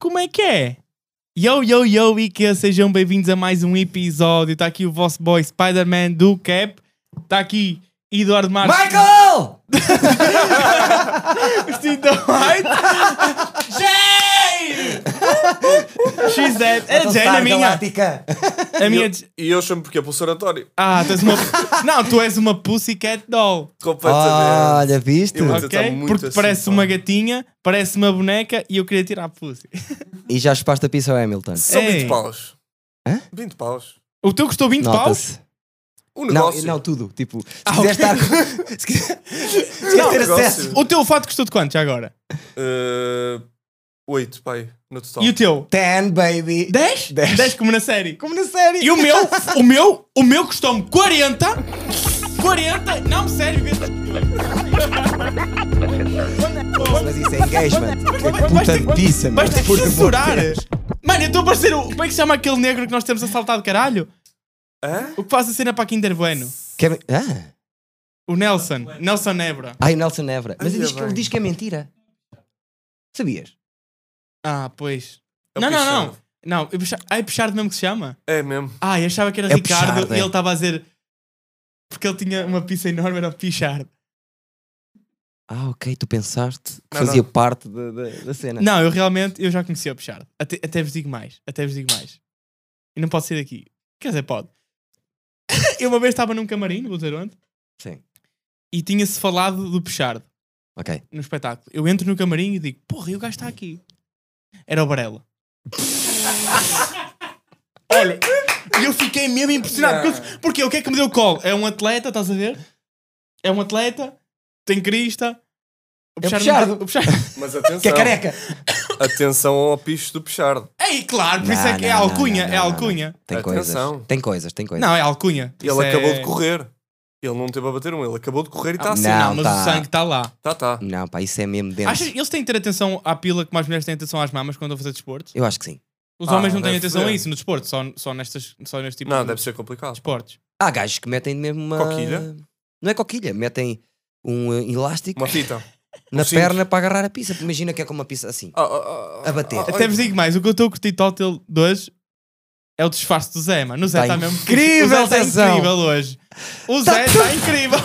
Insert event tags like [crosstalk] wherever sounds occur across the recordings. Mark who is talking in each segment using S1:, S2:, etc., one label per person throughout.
S1: Como é que é? Yo, yo, yo, Ikea, sejam bem-vindos a mais um episódio. Está aqui o vosso boy Spider-Man do Cap. Está aqui Eduardo Marques.
S2: Michael!
S1: Christine White. She's dead. É Jane, a minha.
S2: Galáctica.
S1: A minha.
S3: E eu chamo porque é professor António.
S1: Ah, tu és uma. Não, tu és uma Pussycat Doll.
S3: Completamente.
S2: Olha, viste?
S3: Eu vou dizer- Mas
S1: Ok?
S3: tá muito
S1: Porque
S3: assim,
S1: parece
S3: pá.
S1: uma gatinha, parece uma boneca e eu queria tirar a pussy.
S2: E já chupaste a pizza ao Hamilton.
S3: São
S1: Ei.
S3: 20 paus.
S2: Hã?
S3: 20 paus.
S1: O teu custou 20 paus?
S2: Nota-se. Não,
S3: Um negócio.
S2: não, tudo. Tipo, se
S1: Ah,
S2: quiseres
S1: ok.
S2: estar. [laughs] se quiser- se quiseres ter
S3: negócio.
S2: acesso.
S1: O teu fato custou de quanto já agora?
S3: Eh, Oito, pai. No total.
S1: E o teu?
S2: 10, baby.
S1: 10?
S2: 10.
S1: 10 como na série.
S2: Como na série.
S1: E o meu, o meu, o meu custou-me 40. 40? Não, sério.
S2: Mas isso é engagement. É
S1: Vais ter-
S2: puta pizza,
S1: Vais ter que
S2: Por favor.
S1: censurar. Mano, eu estou a parecer. o- Como é que se chama aquele negro que nós temos assaltado, caralho?
S3: Hã?
S1: O que faz a cena para Kinder Bueno?
S2: Kevin- Ah.
S1: O Nelson. Nelson Nebra.
S2: Ai, Nelson Evra. Mas
S3: Ai,
S2: ele diz,
S3: é
S2: que, ele
S3: bem.
S2: diz que é mentira. Sabias?
S1: Ah, pois.
S3: É o
S1: não, não, não,
S3: Pichardo.
S1: não. eu puxa... Ah, é Pichardo mesmo que se chama?
S3: É mesmo.
S1: Ah, eu achava que era
S2: É
S1: Ricardo
S2: Pichardo,
S1: e
S2: é.
S1: ele estava a dizer. Porque ele tinha uma pizza enorme, era Pichardo.
S2: Ah, ok, tu pensaste que
S3: Não,
S2: fazia
S3: não.
S2: parte da, da, da cena.
S1: Não, eu realmente eu já conhecia o Pichardo. Até, até vos digo mais. Até vos digo mais. E não pode ser aqui. Quer dizer, pode. [laughs] eu uma vez estava num camarim, vou dizer onde,
S2: Sim.
S1: e tinha-se falado do Pichardo
S2: Ok.
S1: no espetáculo. Eu entro no camarim e digo: Porra, e o gajo está aqui. Era o Barela. Olha, e eu fiquei mesmo impressionado. Porque, porque o que é que me deu colo? É um atleta, estás a ver? É um atleta, tem crista. O
S2: É o
S1: Pichardo-
S2: Pichardo.
S1: o Pichardo-
S3: Mas atenção.
S2: Que é careca.
S3: Atenção ao picho do Pichardo.
S1: [laughs] Ei, claro, por isso é
S2: Não,
S1: que é
S2: não, não,
S1: alcunha,
S2: não, não,
S1: é
S2: não.
S1: alcunha.
S2: Tem
S3: Atenção.
S2: coisas. Tem coisas, tem
S1: Não,
S2: coisas.
S1: é alcunha.
S3: Ele
S1: Isso é-
S3: acabou de correr. Ele não teve a bater um. Ele acabou de correr e está
S1: Ah,
S3: assim.
S1: Não, mas
S2: tá.
S1: o sangue está lá.
S3: Tá, tá.
S2: Não, pá, isso é mesmo denso.
S1: Achas, eles têm de ter atenção à pila como as mulheres têm atenção às mamas quando vão fazer desporto?
S2: Eu acho que sim.
S1: Os
S3: Ah,
S1: homens não têm
S3: deve
S1: atenção
S3: ser.
S1: a isso no desporto, só, só, nestas, só neste tipo
S3: Não,
S1: de
S3: deve ser complicado.
S1: desportos.
S2: Há gajos que metem mesmo uma.
S3: Coquilha?
S2: Não é coquilha, metem um eh, elástico
S3: Uma fita.
S2: na
S3: um cinto.
S2: perna para agarrar a pizza. Imagina que é com uma pizza assim.
S3: Ah, ah, ah,
S2: A bater.
S3: ah,
S1: Até
S3: olha.
S1: vos digo mais, o que eu estou a curtir total de hoje é o disfarce do Zé, mano. O Zé
S2: Tá
S1: está mesmo
S2: incrível,
S1: O Zé está
S2: atenção.
S1: incrível hoje. O
S2: Tá
S1: Zé está
S2: [laughs]
S1: incrível.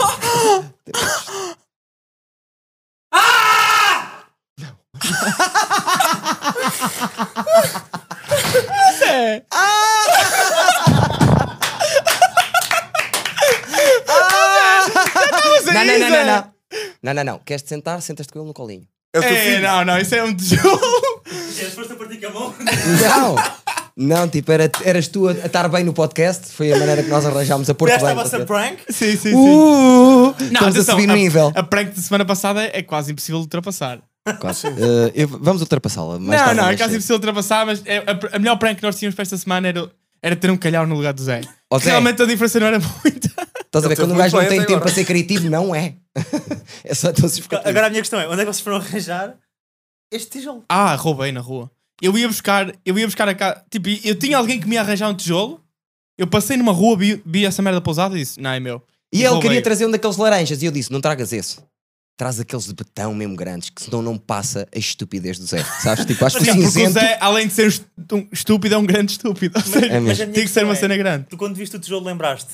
S1: Ah! [laughs] Zé.
S2: Ah!
S1: Zé,
S2: não, não,
S1: Zé.
S2: não, não, não. Não, não, não. Queres te sentar? Sentas-te com ele no colinho.
S3: É o teu
S1: Ei,
S3: filho.
S1: não, não, isso é um tijolo.
S2: Não! Não, tipo, era, eras tu a, a estar bem no podcast. Foi a maneira que nós arranjámos a pôr-te bem. no podcast.
S3: prank?
S1: Sim, sim, sim.
S2: Uh,
S1: assim. não, É
S2: estamos a subir
S1: a,
S2: nível.
S1: a prank de semana passada é quase impossível de ultrapassar.
S2: Quase. Eh, eu- vamos ultrapassá-la. mais
S1: não,
S2: tarde,
S1: não, é quase
S2: mais cedo.
S1: impossível de ultrapassar, mas é- a, a melhor prank que nós tínhamos para esta semana era, era ter um calhau no lugar do Zé.
S2: Ó,
S1: Que
S2: Zé.
S1: Realmente a diferença não era [laughs] muita.
S2: Estás a
S3: Ele
S2: ver? Quando
S3: teve
S2: um
S3: muito
S2: gajo não
S3: bem
S2: tem
S3: até
S2: tempo
S3: agora.
S2: para ser criativo, não é. [laughs] é só então se ficar.
S4: [laughs] Agora a minha questão é: onde é que vocês foram arranjar este tijolo?
S1: Ah, roubei na rua. Eu ia buscar, eu ia buscar a casa. Tipo, eu tinha alguém que me ia arranjar um tijolo. Eu passei numa rua, vi, vi essa merda pousada e disse: Não, é meu.
S2: E ele
S1: roubei.
S2: queria trazer um daqueles laranjas. E eu disse: não tragas esse. Traz aqueles de betão mesmo grandes, que senão não passa a estupidez do Zé. Sabes? Tipo, acho
S4: [laughs]
S2: que
S1: Sim,
S2: o
S1: porque o
S2: cinzento.
S1: Zé, além de ser um est- um estúpido, é um grande estúpido. Ou seja,
S2: É mesmo.
S4: a minha
S1: Tem que ser
S4: questão
S1: uma
S4: é,
S1: cena grande.
S4: Tu quando viste o tijolo lembraste?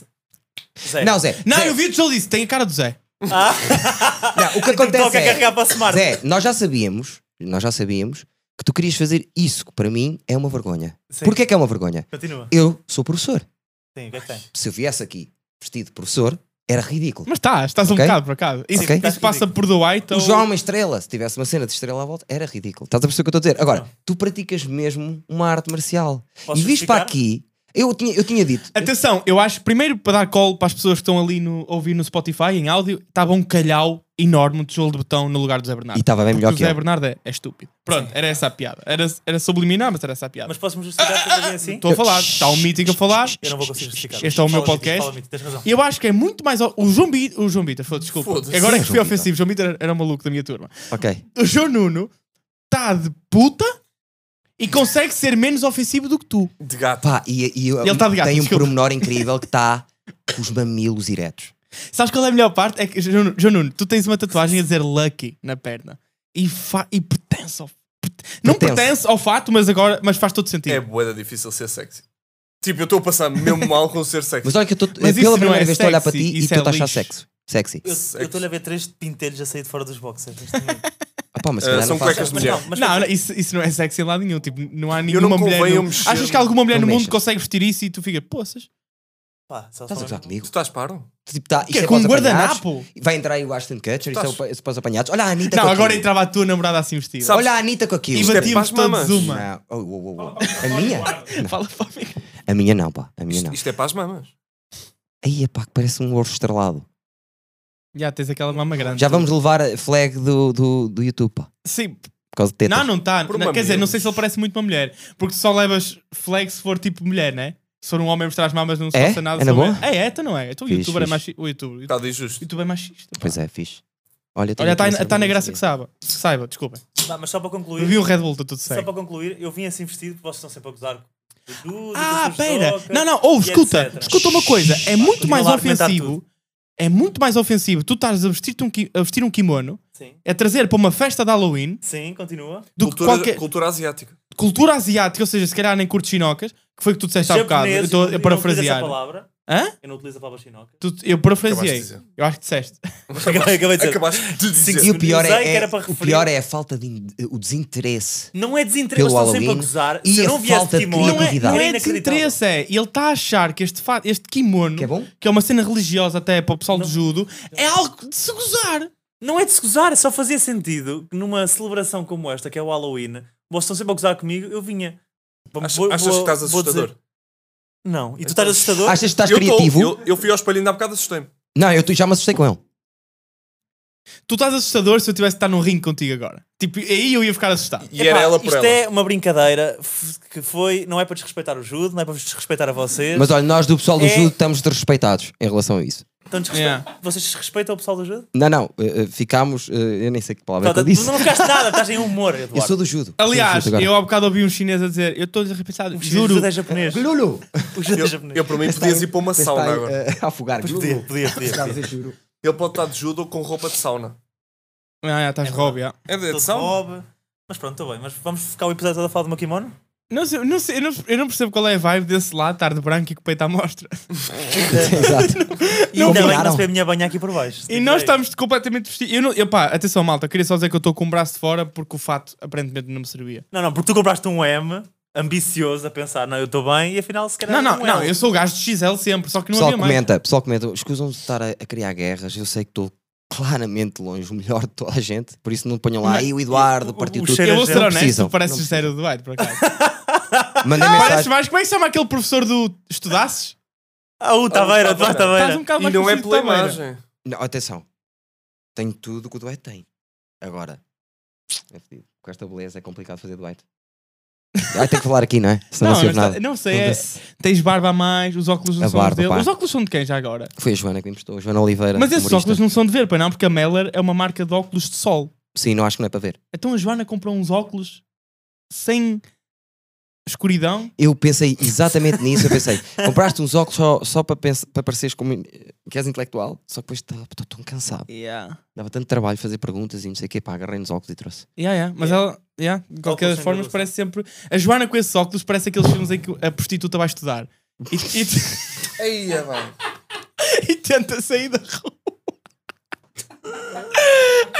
S4: Zé.
S2: Não, Zé.
S1: Não,
S2: Zé,
S1: eu vi o tijolo e disse: Tem a cara do Zé.
S4: Ah,
S2: não, o que acontece
S4: toca
S2: é.
S4: carregar para a smart.
S2: Zé, nós já sabíamos, nós já sabíamos que tu querias fazer isso, que para mim é uma vergonha.
S4: Sim.
S2: Porquê que é uma vergonha?
S4: Continua.
S2: Eu sou professor.
S4: Sim, o que é que tem?
S2: Se eu viesse aqui vestido de professor, era ridículo.
S1: Mas estás, estás um
S2: Ok.
S1: bocado por acaso. Isso,
S2: Ok.
S1: isso passa por The White.
S2: O
S1: ou-
S4: então-
S2: João é uma estrela. Se tivesse uma cena de estrela à volta, era ridículo. Estás a perceber o que eu estou a dizer? Agora,
S4: Não.
S2: tu praticas mesmo uma arte marcial.
S4: Posso
S2: e viste para
S4: justificar?
S2: aqui. Eu tinha, eu tinha dito.
S1: Atenção, eu acho, primeiro para dar call para as pessoas que estão ali no, a ouvir no Spotify, em áudio, estava um calhau enorme, um tijolo de botão no lugar do Zé Bernardo.
S2: E estava bem melhor
S1: Porque o
S2: que
S1: Zé
S2: eu.
S1: Bernardo é, é estúpido. Pronto, era essa a piada. Era, era subliminar, mas era essa a piada.
S4: Mas posso-me justificar que eu vim assim?
S1: Estou a falar, está o mítico a falar.
S4: Eu não vou conseguir justificar.
S1: Este é o meu
S4: Fala,
S1: podcast.
S4: Fala, Mito, tens razão.
S1: Eu acho que é muito mais. O João Bita, o João Bita, foda-se, desculpa.
S3: Foda-se.
S1: Agora é que
S2: Sim,
S1: fui
S2: João Bita.
S1: ofensivo. João Bita era, era um maluco da minha turma.
S2: Ok.
S1: O João Nuno está de puta e consegue ser menos ofensivo do que tu.
S3: De gato.
S2: Pá, e, e eu-
S1: Ele tá de gato,
S2: tem um
S1: desculpa.
S2: pormenor incrível que está com os mamilos diretos.
S1: Sabes qual é a melhor parte? É que, João Nuno, João Nuno, tu tens uma tatuagem a dizer Lucky na perna e, fa- e pertence ao Não
S2: Pertence.
S1: pertence ao fato, mas agora mas faz todo sentido.
S3: É boeda difícil ser sexy. Tipo, eu estou a passar mesmo mal com ser sexy.
S2: [laughs] Mas olha que eu estou
S1: Mas isso
S2: pela
S1: não
S2: primeira
S1: é
S2: vez estou a olhar para
S1: sexy,
S2: ti e
S1: isso
S2: tu estás a
S1: é
S2: achar
S1: lixo.
S2: sexy. Sexy.
S4: Eu eu estou-lhe a ver três pintelhos a sair de fora dos boxers.
S2: [laughs]
S4: neste momento.
S2: Ah, pá, mas se
S3: Ah,
S2: calhar
S3: são
S2: não faço.
S3: cuecas de
S4: Mas
S3: mulher.
S4: não, mas
S1: não, não, isso, isso não é sexy em lado nenhum. Tipo, não há nenhuma
S3: não
S1: mulher.
S3: convém
S1: no-
S3: eu mexer.
S1: Achas que alguma mulher no
S2: Não
S1: mundo
S2: mexas.
S1: consegue vestir isso e tu fica, poças,
S4: pá, só
S2: Estás a
S4: só-
S2: gozar comigo?
S3: Tu estás paro?
S2: Tipo, tá,
S1: que
S2: isto
S1: é com
S2: é para
S1: um
S2: os apanhados.
S1: guardanapo?
S2: Vai entrar aí o Ashton Kutcher, isto é
S3: Estás-
S2: o- isso é para os apanhados. Olha a Anitta
S1: Não,
S2: com
S1: agora
S2: aquilo.
S1: entrava a tua namorada assim vestida.
S3: Sabes-
S2: Olha a Anitta
S1: E
S2: com aquilo.
S3: Isto é
S1: batíamos
S3: para as
S1: todos
S3: mamas.
S1: uma.
S2: Não. Oh, oh, oh, oh. A
S1: [laughs]
S2: minha?
S1: Fala para mim.
S2: A minha não, pá. A minha
S3: Isto,
S2: não.
S3: isto é para as mamas.
S2: Aí, pá, que parece um ovo estrelado.
S1: Já tens aquela mama grande.
S2: Já vamos levar a flag do, do, do YouTube, pá. Por
S1: Sim,
S2: causa de tetas.
S1: Não, tá. não está.
S3: Por
S1: Quer
S3: mamilos.
S1: dizer, não sei se ele parece muito uma mulher. Porque tu só levas flag se for tipo mulher, né? Se for um homem mostrar as mamas, não se
S2: É?
S1: passa nada.
S2: É
S1: se
S2: na
S1: for
S2: boa?
S1: mulher- É, é, então não é. Então o
S2: Fixe,
S1: youtuber é
S2: fixe.
S1: machista. O youtuber,
S3: Está de injusto.
S1: YouTube é machista. pá.
S2: Pois é, fixe. Olha,
S1: Olha, está tá na graça que saiba. Que saiba, desculpem.
S4: Não, Mas só para
S1: Eu vi
S4: concluir,
S1: um Red Bull, está tudo
S4: é. só
S1: certo.
S4: para concluir, eu vim assim vestido, vocês estão sempre a gozar. do Dudu,
S1: Ah,
S4: do Sr.
S1: pera!
S4: Soca.
S1: Não, não, ouve,
S4: assim, e
S1: escuta,
S4: etc.
S1: escuta uma coisa, é muito
S4: continua
S1: mais
S4: lá a argumentar
S1: ofensivo. É muito mais ofensivo tu estás a vestir, um, ki- a vestir um kimono,
S4: Sim,
S1: a trazer para uma festa de Halloween,
S4: sim, continua.
S1: do
S3: cultura,
S1: que qualquer
S3: cultura asiática.
S1: cultura asiática, ou seja, se calhar nem curtes chinocas, que foi o que tu disseste há um bocado.
S4: Japonês,
S1: Eu estou
S4: eu
S1: a
S4: não utilizo essa
S1: parafrasear.
S4: palavra,
S1: Hã?
S4: Eu não utilizo a palavra chinoca.
S1: Tu- eu
S3: Acabaste de
S1: parafraseei.
S3: dizer.
S1: Eu acho que disseste.
S4: Acabei de dizer.
S3: Acabaste de dizer.
S2: E o pior,
S4: Usei que
S2: é,
S4: era
S2: é-
S4: para
S2: o
S4: referir.
S2: pior é a falta de in- o desinteresse.
S4: Não é desinteresse,
S2: Pelo
S4: estão sempre a
S2: Halloween
S4: gozar.
S2: e
S4: Se eu
S2: a
S4: não viesse
S2: falta
S4: de
S2: de
S4: kimono,
S1: Não é, não
S2: Criatividade.
S1: é
S4: inacreditável.
S1: desinteresse, é. Ele está a achar que este, fa- este kimono,
S2: Que é bom?
S1: que é uma cena religiosa até para o pessoal do
S4: Não.
S1: judo, é algo de se gozar.
S4: Não é de se gozar, só fazia sentido que numa celebração como esta, que é o Halloween, vocês estão sempre a gozar comigo, eu vinha. Vou-
S3: Achas,
S4: vou-
S3: achas
S4: vou-
S3: que estás
S4: vou dizer-
S3: assustador?
S4: Não. E tu
S3: Então-
S4: estás assustador?
S2: Achas que estás
S3: eu, tô-
S2: criativo?
S3: eu, eu fui ao espelho ainda há bocado assustei-me.
S2: Não, eu tu- já me assustei com ele.
S1: Tu estás assustador se eu tivesse de estar num ringue contigo agora. Tipo, aí eu ia ficar assustado.
S3: E era
S4: Epá,
S3: ela por
S4: isto
S3: ela.
S4: é uma brincadeira f- que foi. Não é para desrespeitar o Judo, não é para vos desrespeitar a vocês.
S2: Mas olha, nós do pessoal do
S4: É-
S2: Judo estamos desrespeitados em relação a isso.
S4: Então, desrespe...
S1: Yeah.
S4: Vocês desrespeitam o pessoal do Judo?
S2: Não, não, eh, eh, ficámos. eh, eu nem sei que palavra é que eu
S4: Portanto,
S2: disse.
S4: tu Tá, não ficaste nada, estás em humor, Eduardo.
S2: Eu sou do Judo.
S1: Aliás,
S2: Sou do judo
S1: eu há bocado ouvi um chinês a dizer: Eu estou
S3: Um
S1: desrepensado, juro.
S4: O Judo é japonês.
S2: agora. Glulu!
S4: O Judo é
S3: Eu,
S4: japonês.
S3: eu por mim podias ir para uma
S2: Tens
S3: sauna
S2: pai,
S3: agora.
S2: eh, a afogar.
S4: Pois
S2: Glulu.
S4: podia, podia, podia.
S2: Estás a
S4: podia.
S2: dizer
S4: [laughs]
S2: juro. [laughs]
S3: Ele pode estar de judo com roupa de sauna.
S1: Ah, já, estás Rob, já.
S3: É de,
S4: Todo
S3: de sauna?
S4: Bob. Mas pronto, estou bem. Mas vamos ficar o episódio todo a falar do meu kimono?
S1: Não sei, não sei, eu, não, eu não percebo qual é a vibe desse lado, estar de branco e com o peito à mostra.
S2: Exato.
S4: E ainda bem que
S2: combinaram.
S4: não se vê a minha banha aqui por baixo. Tipo,
S1: E
S3: é.
S1: nós estamos completamente vestidos. Eu não, eu, pá, atenção, malta, queria só dizer que eu estou com o braço de fora porque o fato aparentemente não me servia.
S4: Não, não, porque tu compraste um M ambicioso a pensar, não, eu estou bem, e afinal se calhar.
S1: Não, não,
S4: um
S1: não,
S4: L.
S1: eu sou o gajo de XL sempre, só que não
S2: Pessoal
S1: havia mais.
S2: comenta, pessoal comenta. Escusam-se de estar a, a criar guerras. Eu sei que estou claramente longe, o melhor de toda a gente. Por isso não ponham lá.
S1: Mas-
S2: Aí o Eduardo
S4: o- o-
S2: partiu
S4: o
S2: tudo.
S4: cheiro
S1: Eu
S4: Não
S1: vou ser honesto,
S2: precisam,
S1: tu pareces
S2: não
S1: o Zero Duarte, por acaso.
S4: [laughs]
S2: Mandei
S1: Pareces
S2: mensagem.
S1: mais, como é que se chama aquele professor do Estudasses?
S4: Ah, o
S3: Ah,
S4: Taveira,
S3: o
S4: tu vais
S3: Taveira.
S1: Estás um
S4: Taveira.
S1: bocado
S3: E
S1: mais
S3: não é
S1: parecido
S3: pela
S1: também, não é?
S3: imagem.
S2: Não, atenção. Tenho tudo o que o Dwight tem. Agora. É fedido. Com esta beleza é complicado fazer Dwight. Ai, tem que falar aqui, não é? Senão não,
S1: Não,
S2: não
S1: mas
S2: serve nada.
S1: tá- não sei, é-
S2: sei.
S1: tens barba a mais, os óculos não
S2: A
S1: são os
S2: barba,
S1: dele.
S2: pá.
S1: Os óculos são de quem já agora?
S2: Foi a Joana que me emprestou, a Joana Oliveira.
S1: Mas esses
S2: humorista.
S1: óculos não são de ver, pois não? Porque a Meller é uma marca de óculos de sol.
S2: Sim, não acho que não é para ver.
S1: Então a Joana comprou uns óculos sem escuridão.
S2: Eu pensei exatamente nisso. Eu [laughs] pensei, compraste uns óculos só, só para, pens- para pareceres como que és intelectual, só que depois estava estava tão cansado.
S1: Yeah.
S2: Dava tanto trabalho fazer perguntas e não sei o quê. Pá, agarrei nos óculos e trouxe.
S1: Yeah, yeah. Mas ela, yeah, de qualquer
S4: Óculos sem
S1: forma,
S4: graduação.
S1: parece sempre. A né? Joana com esses óculos parece aqueles filmes em que a prostituta vai estudar e, e- [laughs]
S3: Aí, é bem.
S1: e tenta sair da rua. [laughs]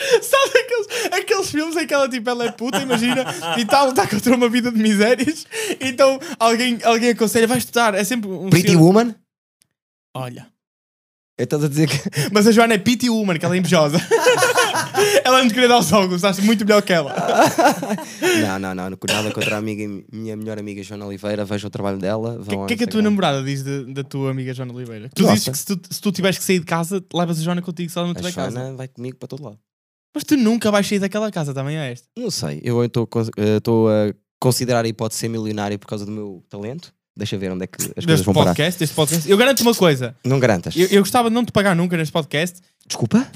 S1: Sabe aqueles, aqueles filmes em que ela, tipo, ela é puta, imagina, e está a lutar contra uma vida de misérias, então alguém, alguém aconselha, vai estudar, é sempre um
S2: Pretty
S1: filme-
S2: Woman?
S1: Olha,
S2: Eu Estás a dizer que.
S1: Mas a Joana é pity woman, que ela é invejosa. [laughs] ela é nos queria dar os óculos, acho muito melhor que ela.
S2: Não, não, não. Nada contra a amiga, minha melhor amiga Joana Oliveira. Vejam o trabalho dela.
S1: O que,
S2: vão ao
S1: que é que a tua
S2: Instagram.
S1: namorada diz de- da tua amiga Joana Oliveira? Que Tu
S2: Gosta.
S1: dizes que se tu, se tu tiveres que sair de casa, levas a Joana contigo se ela não
S2: A
S1: tiver casa.
S2: Joana vai comigo para todo lado.
S1: Mas tu nunca vais sair daquela casa, também é esta.
S2: Não sei, eu estou a considerar a hipótese de ser milionário por causa do meu talento. Deixa ver onde é que as coisas
S1: Deste
S2: vão parar.
S1: podcast, deste podcast. Eu garanto uma coisa:
S2: Não garantas.
S1: eu, eu gostava de não te pagar nunca neste podcast.
S2: Desculpa? [laughs]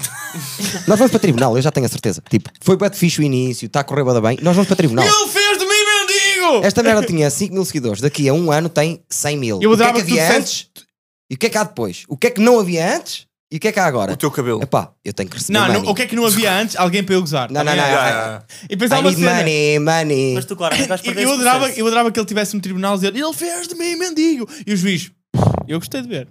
S2: Nós vamos para tribunal, eu já tenho a certeza. Tipo, foi bad fixe o início, está a correr bué da bem. Nós vamos para tribunal.
S1: Ele fez de mim mendigo!
S2: Esta merda tinha 5 mil seguidores, daqui a um ano tem 100 mil.
S1: Eu
S2: o que é
S1: adorava
S2: que
S1: que tu
S2: havia
S1: dissesse-
S2: antes? E o que é que há depois? O que é que não havia antes? E o que é que há agora?
S3: O teu cabelo.
S2: Epá, eu tenho que receber
S1: Não,
S2: money.
S1: não, o que é que não havia antes? Alguém para eu gozar.
S2: Não, não,
S1: Também
S2: não,
S1: era.
S2: não.
S3: Yeah,
S1: E depois há
S2: I
S1: uma
S2: need
S1: cena.
S2: money, money.
S4: Mas tu claramente vais
S1: Eu,
S4: perder
S1: eu
S4: esse
S1: adorava,
S4: processo.
S1: eu adorava que ele tivesse um tribunal a dizer ele fez de mim mendigo. E o juiz, eu gostei de ver.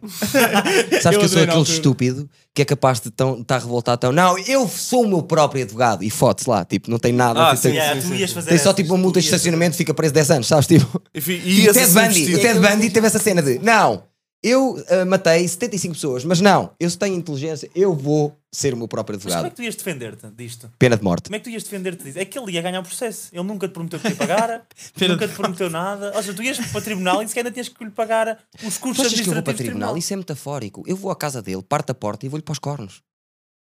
S2: Sabes que eu sou
S1: adorei na
S2: aquele
S1: altura.
S2: estúpido que é capaz de estar tá revoltado tão. Não, eu sou o meu próprio advogado e fode-se lá, tipo, não tem nada.
S3: Ah,
S2: assim,
S3: sim,
S2: tem,
S4: Yeah,
S3: sim,
S4: tu
S3: sim,
S4: ias
S3: sim.
S4: fazer
S2: tem só
S4: essas,
S1: é,
S2: tipo uma
S4: tu
S2: multa de
S4: ias fazer.
S2: estacionamento, fica preso 10 anos, sabes? Tipo,
S3: Enfim,
S2: e
S3: e
S2: o
S3: esse
S2: Ted
S3: assim
S2: Bundy,
S3: vestido.
S2: o Ted Bundy teve essa cena de não, eu ah, matei 75 pessoas, mas não, eu se tenho inteligência, eu vou ser o meu próprio
S4: Mas como é
S2: advogado.
S4: que tu ias defender-te disto?
S2: Pena de morte.
S4: Como é que tu ias defender-te disso? É que ele ia ganhar o processo. Ele nunca te prometeu que te ia pagar, nunca te prometeu nada. Ou seja, tu ias para o tribunal e sequer ainda tinhas que lhe pagar os
S2: Tu
S4: custos
S2: achas
S4: administrativos
S2: que eu vou para
S4: do
S2: o tribunal? Isso é metafórico. Eu vou à casa dele, parto a porta e vou-lhe para os cornos.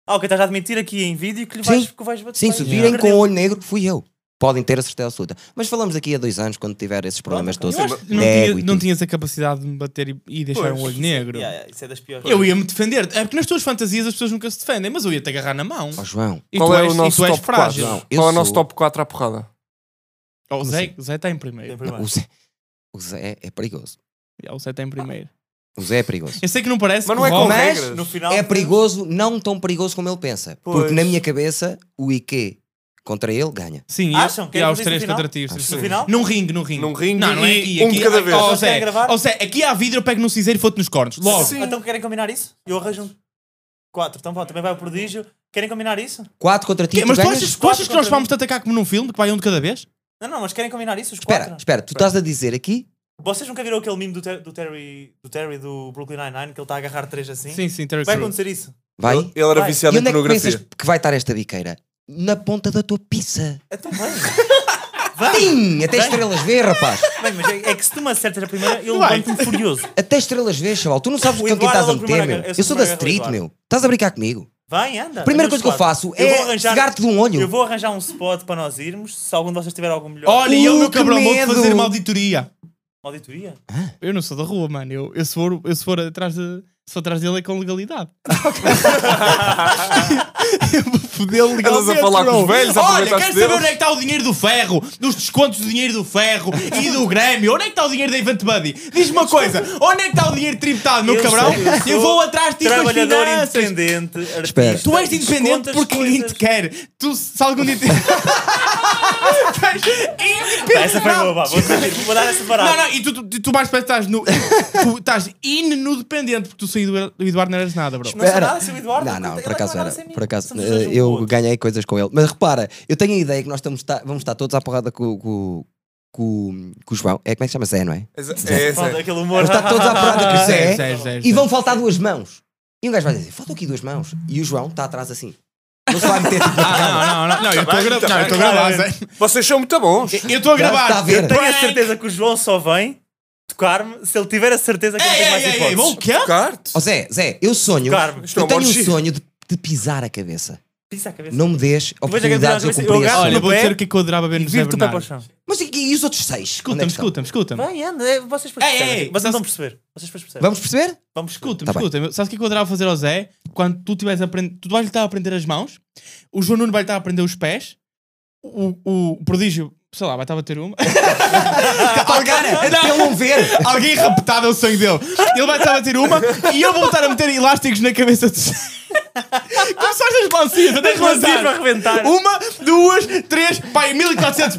S4: Ah, ok, estás a admitir aqui em vídeo que, lhe vais,
S2: Sim.
S4: que vais bater.
S2: Sim,
S4: vais
S2: se
S4: bater
S2: virem com
S4: nele.
S2: o olho negro, fui eu. Podem ter a certeza absoluta. Mas falamos aqui há dois anos, quando tiver esses problemas
S4: Pronto,
S2: todos.
S1: Eu acho que não,
S2: Nego
S1: tinha-
S2: e
S1: não
S2: tudo.
S1: tinhas a capacidade de me bater e, e deixar
S3: Pois.
S1: um olho negro.
S4: Yeah, yeah, isso é das piores.
S1: Eu ia-me defender. É porque nas tuas fantasias as pessoas nunca se defendem, mas eu ia-te agarrar na mão.
S2: Ó João,
S1: E
S3: Qual
S1: tu
S3: é
S1: és,
S3: o
S1: e
S3: nosso
S1: tu és
S3: top 4?
S1: frágil.
S2: Não, eu
S3: Qual é o nosso
S2: sou-
S3: top 4 à porrada?
S1: Oh, o Zé o Zé está em primeiro.
S4: Tem primeiro.
S2: o Zé, o Zé é perigoso.
S1: Yeah, O Zé está em primeiro.
S2: O Zé é perigoso.
S1: Eu sei que não parece.
S3: Mas
S1: que
S3: não é
S1: o
S3: com
S1: Roma-
S2: Mas
S3: regras.
S4: No final,
S2: É perigoso, não tão perigoso como ele pensa.
S4: Pois.
S2: Porque na minha cabeça, o IQ contra ele ganha.
S1: Sim,
S4: Acham
S1: e,
S4: que
S1: e
S4: é
S1: há os
S4: isso no
S1: três
S4: final?
S1: contra ti. os três
S3: Sim.
S4: no
S1: contra ti.
S4: final,
S1: Num ringue, num ringue.
S3: Num ringue
S1: Não, não é aqui.
S3: e um
S1: aqui,
S3: de cada
S1: ai,
S3: vez.
S1: Ó,
S4: Vocês querem
S1: Zé,
S4: gravar?
S1: ó, Zé, aqui há vidro, eu pego no cinzeiro e foto nos cornos. Logo.
S3: Sim.
S4: Então querem combinar isso? Eu arranjo um. Quatro, então vá, também vai o prodígio. Querem combinar isso?
S2: 4 contra ti,
S1: Que-
S2: tu
S1: mas tu
S2: ganhas.
S1: achas, tu achas que nós vamos te atacar como num filme, que vai um de cada vez?
S4: Não, não, mas querem combinar isso? Os
S2: Espera,
S4: quatro?
S2: espera, tu estás a dizer aqui.
S4: Vocês nunca viram aquele meme do, Ter- do Terry do Terry do Brooklyn Nine-Nine que ele está a agarrar três assim?
S1: sim, Terry
S4: Vai acontecer isso.
S2: Vai.
S3: Ele ele era
S4: Vai.
S2: E
S3: viciado em
S2: onde é que pensas
S3: pornografia.
S2: que vai estar esta biqueira? Na ponta da tua pizza.
S4: É tão bem.
S2: Tim, até estrelas vê, rapaz.
S4: Bem, mas é, é que se tu me acertas a primeira, eu
S1: Vai.
S4: levanto-me furioso.
S2: Até estrelas vê, chaval. Tu não sabes
S4: O
S2: com quem
S4: Eduardo
S2: estás a
S4: é o primeiro
S2: meter,
S4: a
S2: meu.
S4: agarrar-
S2: Eu
S4: esse é o
S2: sou da
S4: primeiro a agarrar
S2: street,
S4: o Eduardo.
S2: meu. Estás a brincar comigo.
S4: Vem, anda.
S2: Primeira
S4: anda
S2: coisa
S4: nos
S2: que eu
S4: quatro.
S2: faço
S4: Eu
S2: é
S4: vou arranjar-
S2: cegar-te de um olho.
S4: Eu vou arranjar um spot para nós irmos, se algum de vocês tiver algum melhor.
S1: Olha, e eu,
S2: Uh,
S1: meu
S2: que
S1: cabrão, vou-te
S2: medo.
S1: fazer uma auditoria.
S4: Auditoria?
S1: Eu não sou da rua, mano. Eu, eu, se, for, eu se for atrás de. Se for atrás dele é com
S4: [laughs]
S1: legalidade. eu vou foder legalmente.
S3: Andas a falar com
S1: bro.
S3: os velhos, a
S1: Olha,
S3: aproveitar
S1: quero saber
S3: os dedos.
S1: onde é que está o dinheiro do ferro, dos descontos do dinheiro do ferro e do Grêmio. Onde é que está o dinheiro da Event Buddy? Diz-me uma coisa, onde é que está o dinheiro tributado, meu
S4: Eu
S1: cabrão?
S4: sei, eu sou
S1: Eu vou atrás de ti com as
S4: Trabalhador
S1: finanças.
S4: independente, artista.
S2: Espera.
S1: Tu és independente
S4: descontas
S1: porque ninguém te
S4: coisas.
S1: quer. Tu, se algum
S4: [laughs]
S1: dia. Te... [laughs] Tu és
S4: Essa foi boa, vá, vou, desistir, vou dar essa parada.
S1: Não, não, e tu, tu, tu, tu mais parece que estás no. tu estás in no dependente porque tu sem Edu- do Eduardo não eras nada, bro.
S4: Não sou nada, sou o Eduardo.
S2: Não, não,
S4: Ele
S2: por
S4: é que
S2: acaso
S4: vai
S2: era.
S4: dar sem mim.
S2: Por acaso,
S4: Somos os dois
S2: eh,
S4: um com o
S2: eu
S4: outro.
S2: ganhei coisas com ele. Mas repara, eu tenho a ideia que nós estamos tá- vamos estar todos à porrada com, com, com, com o João. É como é que chama Zé, não é?
S3: É, é,
S4: Falta
S3: é.
S4: aquele humor.
S2: Vamos estar todos
S4: [laughs]
S2: à porrada com
S1: Zé,
S2: o Zé.
S1: Zé, É Zé, Zé.
S2: E vão faltar duas mãos. E um gajo vai dizer: faltam aqui duas mãos. E o João está atrás assim. Não se vai meter tipo na
S4: [laughs]
S2: cara.
S1: Ah, não, não, não, não, eu estou a gravar. Não, eu estou a gravar, Zé.
S3: Vocês são muito bons.
S1: Eu estou a
S2: Já
S1: gravar.
S2: está a ver.
S1: Eu
S4: Tenho a certeza que o João só vem tocar-me se ele tiver a certeza que não
S1: Ei,
S4: tem mais
S1: ei, ei, ei, vou o
S4: hipóteses.
S1: quê?
S3: Carte.
S2: Ó Oh, Zé, Zé, eu sonho.
S4: Tocar-me.
S3: Isto é
S2: Eu
S3: um
S2: tenho um
S3: monchi.
S2: sonho de, de pisar a cabeça.
S4: Pisa a cabeça.
S2: Não me dês
S4: Veja é que
S2: oportunidades, eu
S4: eu
S2: cumpri esse
S4: agarro
S1: Olha,
S2: sonho.
S4: no
S1: vou
S4: pé
S1: dizer o que é que eu adorava ver no Zé
S4: Viro-te o pé para o
S1: Bernardo.
S4: chão.
S2: Mas e, e os outros seis? Onde é
S1: Escuta-me,
S2: que estão?
S1: escuta-me, escuta-me.
S4: Vem, anda, é- vocês depois
S1: Ei, ei,
S4: percebem. Vocês
S1: mas-
S4: vão perceber. Vocês depois percebem.
S2: Vamos perceber?
S4: Vamos escuta.
S1: Escuta-me,
S2: Tá bem.
S1: escuta-me. Sabes o que é que eu adorava fazer ao Zé? Quando tu tiveres a aprender. Tu vais-lhe estar a aprender as mãos, o João Nuno vai-lhe estar a aprender os pés, o, o, o prodígio, sei lá, vai estar a bater uma.
S2: Oh, cara, é para ele não ver.
S1: Alguém raptado é o sangue dele. Ele vai estar a bater uma e eu vou estar a meter elásticos na cabeça do Zé. Como só as balancinhas, é até
S4: Mas diz para
S1: rebentar.
S4: arrebentar.
S2: Uh,
S1: Uma, duas, três, pai, 1400.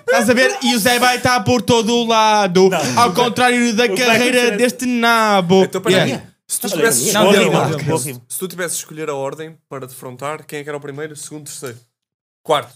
S1: Estás a ver? E o Zé vai estar por todo o lado. Ao contrário da
S4: que vai
S1: carreira
S4: acontecer-
S1: deste nabo.
S3: Então, para
S1: Oh, Yeah.
S3: mim, se tu
S2: Olha,
S3: tivesses
S2: minha.
S4: Boa
S1: Não, deu,
S3: escolher
S4: rima,
S1: deu, deu.
S4: boa rima.
S3: Se tu tivesses de escolher a ordem para defrontar, quem é que era o primeiro, segundo, terceiro? Quarto.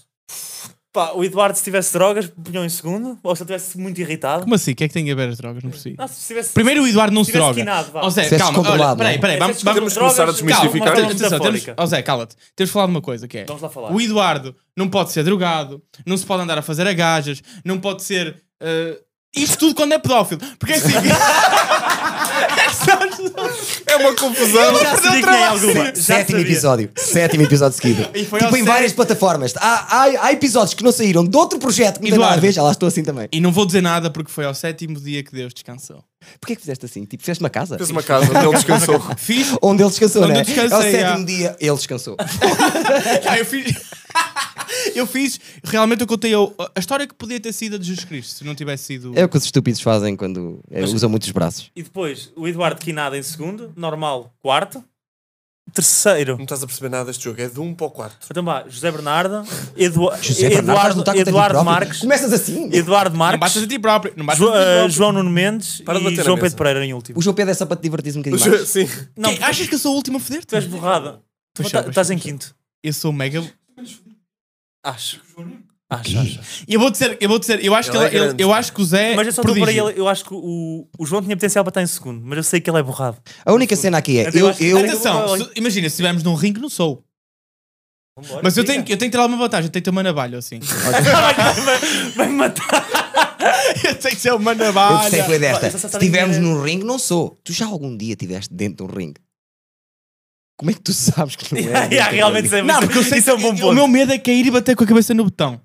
S4: Pá, o Eduardo, se tivesse drogas, punham em segundo. Ou se ele estivesse muito irritado.
S1: Como assim? O que é que tem a ver as drogas? Não percebi.
S4: Não, se tivesse.
S1: Primeiro o Eduardo não se
S4: Tivesse
S1: droga.
S4: quinado, vá.
S1: Ó Zé,
S2: Tivesse
S1: calma. Olha,
S2: controlado,
S1: peraí,
S2: não é?
S1: peraí. Vamos,
S4: Tivesse
S1: vamos,
S3: Temos que começar a
S4: drogas, calma,
S3: desmistificar.
S4: uma
S1: calma,
S4: forma
S1: atenção, temos,
S4: metafórica.
S1: ó Zé, cala-te. Temos de falar de uma coisa que é...
S4: Vamos lá falar.
S1: O Eduardo não pode ser drogado, não se pode andar a fazer agajas, não pode ser... eh, isto tudo quando é pedófilo. Porque é assim... [laughs]
S3: É uma confusão.
S4: Já
S1: perdeu
S4: sabia que
S1: trabalho.
S4: nem alguma. Já
S2: Sétimo
S4: sabia.
S2: episódio. Sétimo episódio seguido.
S1: E foi
S2: tipo
S1: ao
S2: em
S1: sétimo.
S2: várias plataformas. Há, há, há episódios que não saíram de outro projeto que me
S1: Eduardo.
S2: nada a ver. Já lá estou assim também.
S1: e não vou dizer nada porque foi ao sétimo dia que Deus descansou.
S2: Porquê que fizeste assim? Tipo, fizeste uma casa?
S3: Fez uma casa onde ele descansou.
S4: [laughs]
S1: Fiz...
S2: Onde ele descansou,
S1: Onde
S2: né?
S1: eu descansei,
S2: Ao sétimo
S1: já.
S2: dia, ele descansou.
S1: Ah, eu fiz... Eu fiz, realmente eu contei a, a história que podia ter sido a de Jesus Cristo, se não tivesse sido.
S2: É o que os estúpidos fazem quando é, usam muitos braços.
S4: E depois o Eduardo Quinada em segundo, normal quarto, terceiro.
S3: Não estás a perceber nada deste jogo. É de 1 um para o 4.
S4: Então vá, José Bernardo, Edua-
S2: José Bernardo, vais
S4: Eduardo,
S2: lutar contra ti
S4: Eduardo
S2: próprio?
S4: Marques,
S2: Começas assim.
S4: Eduardo
S1: Não
S4: Marques,
S1: batas a ti próprio. Não batas
S4: Jo-
S1: a ti
S4: eh,
S1: próprio.
S4: João Nuno Mendes
S3: Para de
S4: e
S3: bater na
S4: João Pedro
S3: mesa.
S4: Pereira em último.
S2: O João Pedro é só para te divertir um bocadinho mais.
S3: [laughs] Sim.
S4: Não,
S1: Quem- achas que eu sou o último a foder-te?
S4: tu és borrada.
S1: Tu
S4: Tá-
S1: chapas.
S4: Estás em quinto.
S1: Eu sou mega.
S4: Acho.
S1: Ah,
S4: Acho, acho. acho.
S1: E eu vou dizer, eu vou dizer, eu acho,
S3: Ele
S1: que
S3: é
S1: ele- ele-
S3: grande.
S1: eu acho que o Zé.
S4: Mas eu só estou
S1: prodígio.
S4: para ele. Eu acho que o, o João tinha potencial para estar em segundo, mas eu sei que ele é borrado.
S2: A única cena aqui é.
S4: Mas eu
S2: Eu,
S4: acho que-
S2: eu-
S4: Atenção.
S1: Atenção, se- imagina, se estivermos num ringue, não sou. Mas eu tenho, que- eu tenho que ter alguma vantagem, eu tenho que ter uma navalha [laughs] assim.
S4: Vai me matar.
S1: eu tenho que ser uma
S2: eu gostei
S1: navalha.
S2: foi desta.
S4: olha, só
S2: Se
S4: sabem
S2: estivermos
S4: que-
S2: num ringue, não sou. Tu já algum dia estiveste dentro de um ringue? Como é que tu sabes
S4: [laughs]
S2: que não é?
S4: Yeah, yeah, realmente isso é
S1: Não,
S4: muito-
S1: porque eu sei
S4: isso é um bom
S1: O
S4: ponto.
S1: meu medo é cair e bater com a cabeça no botão.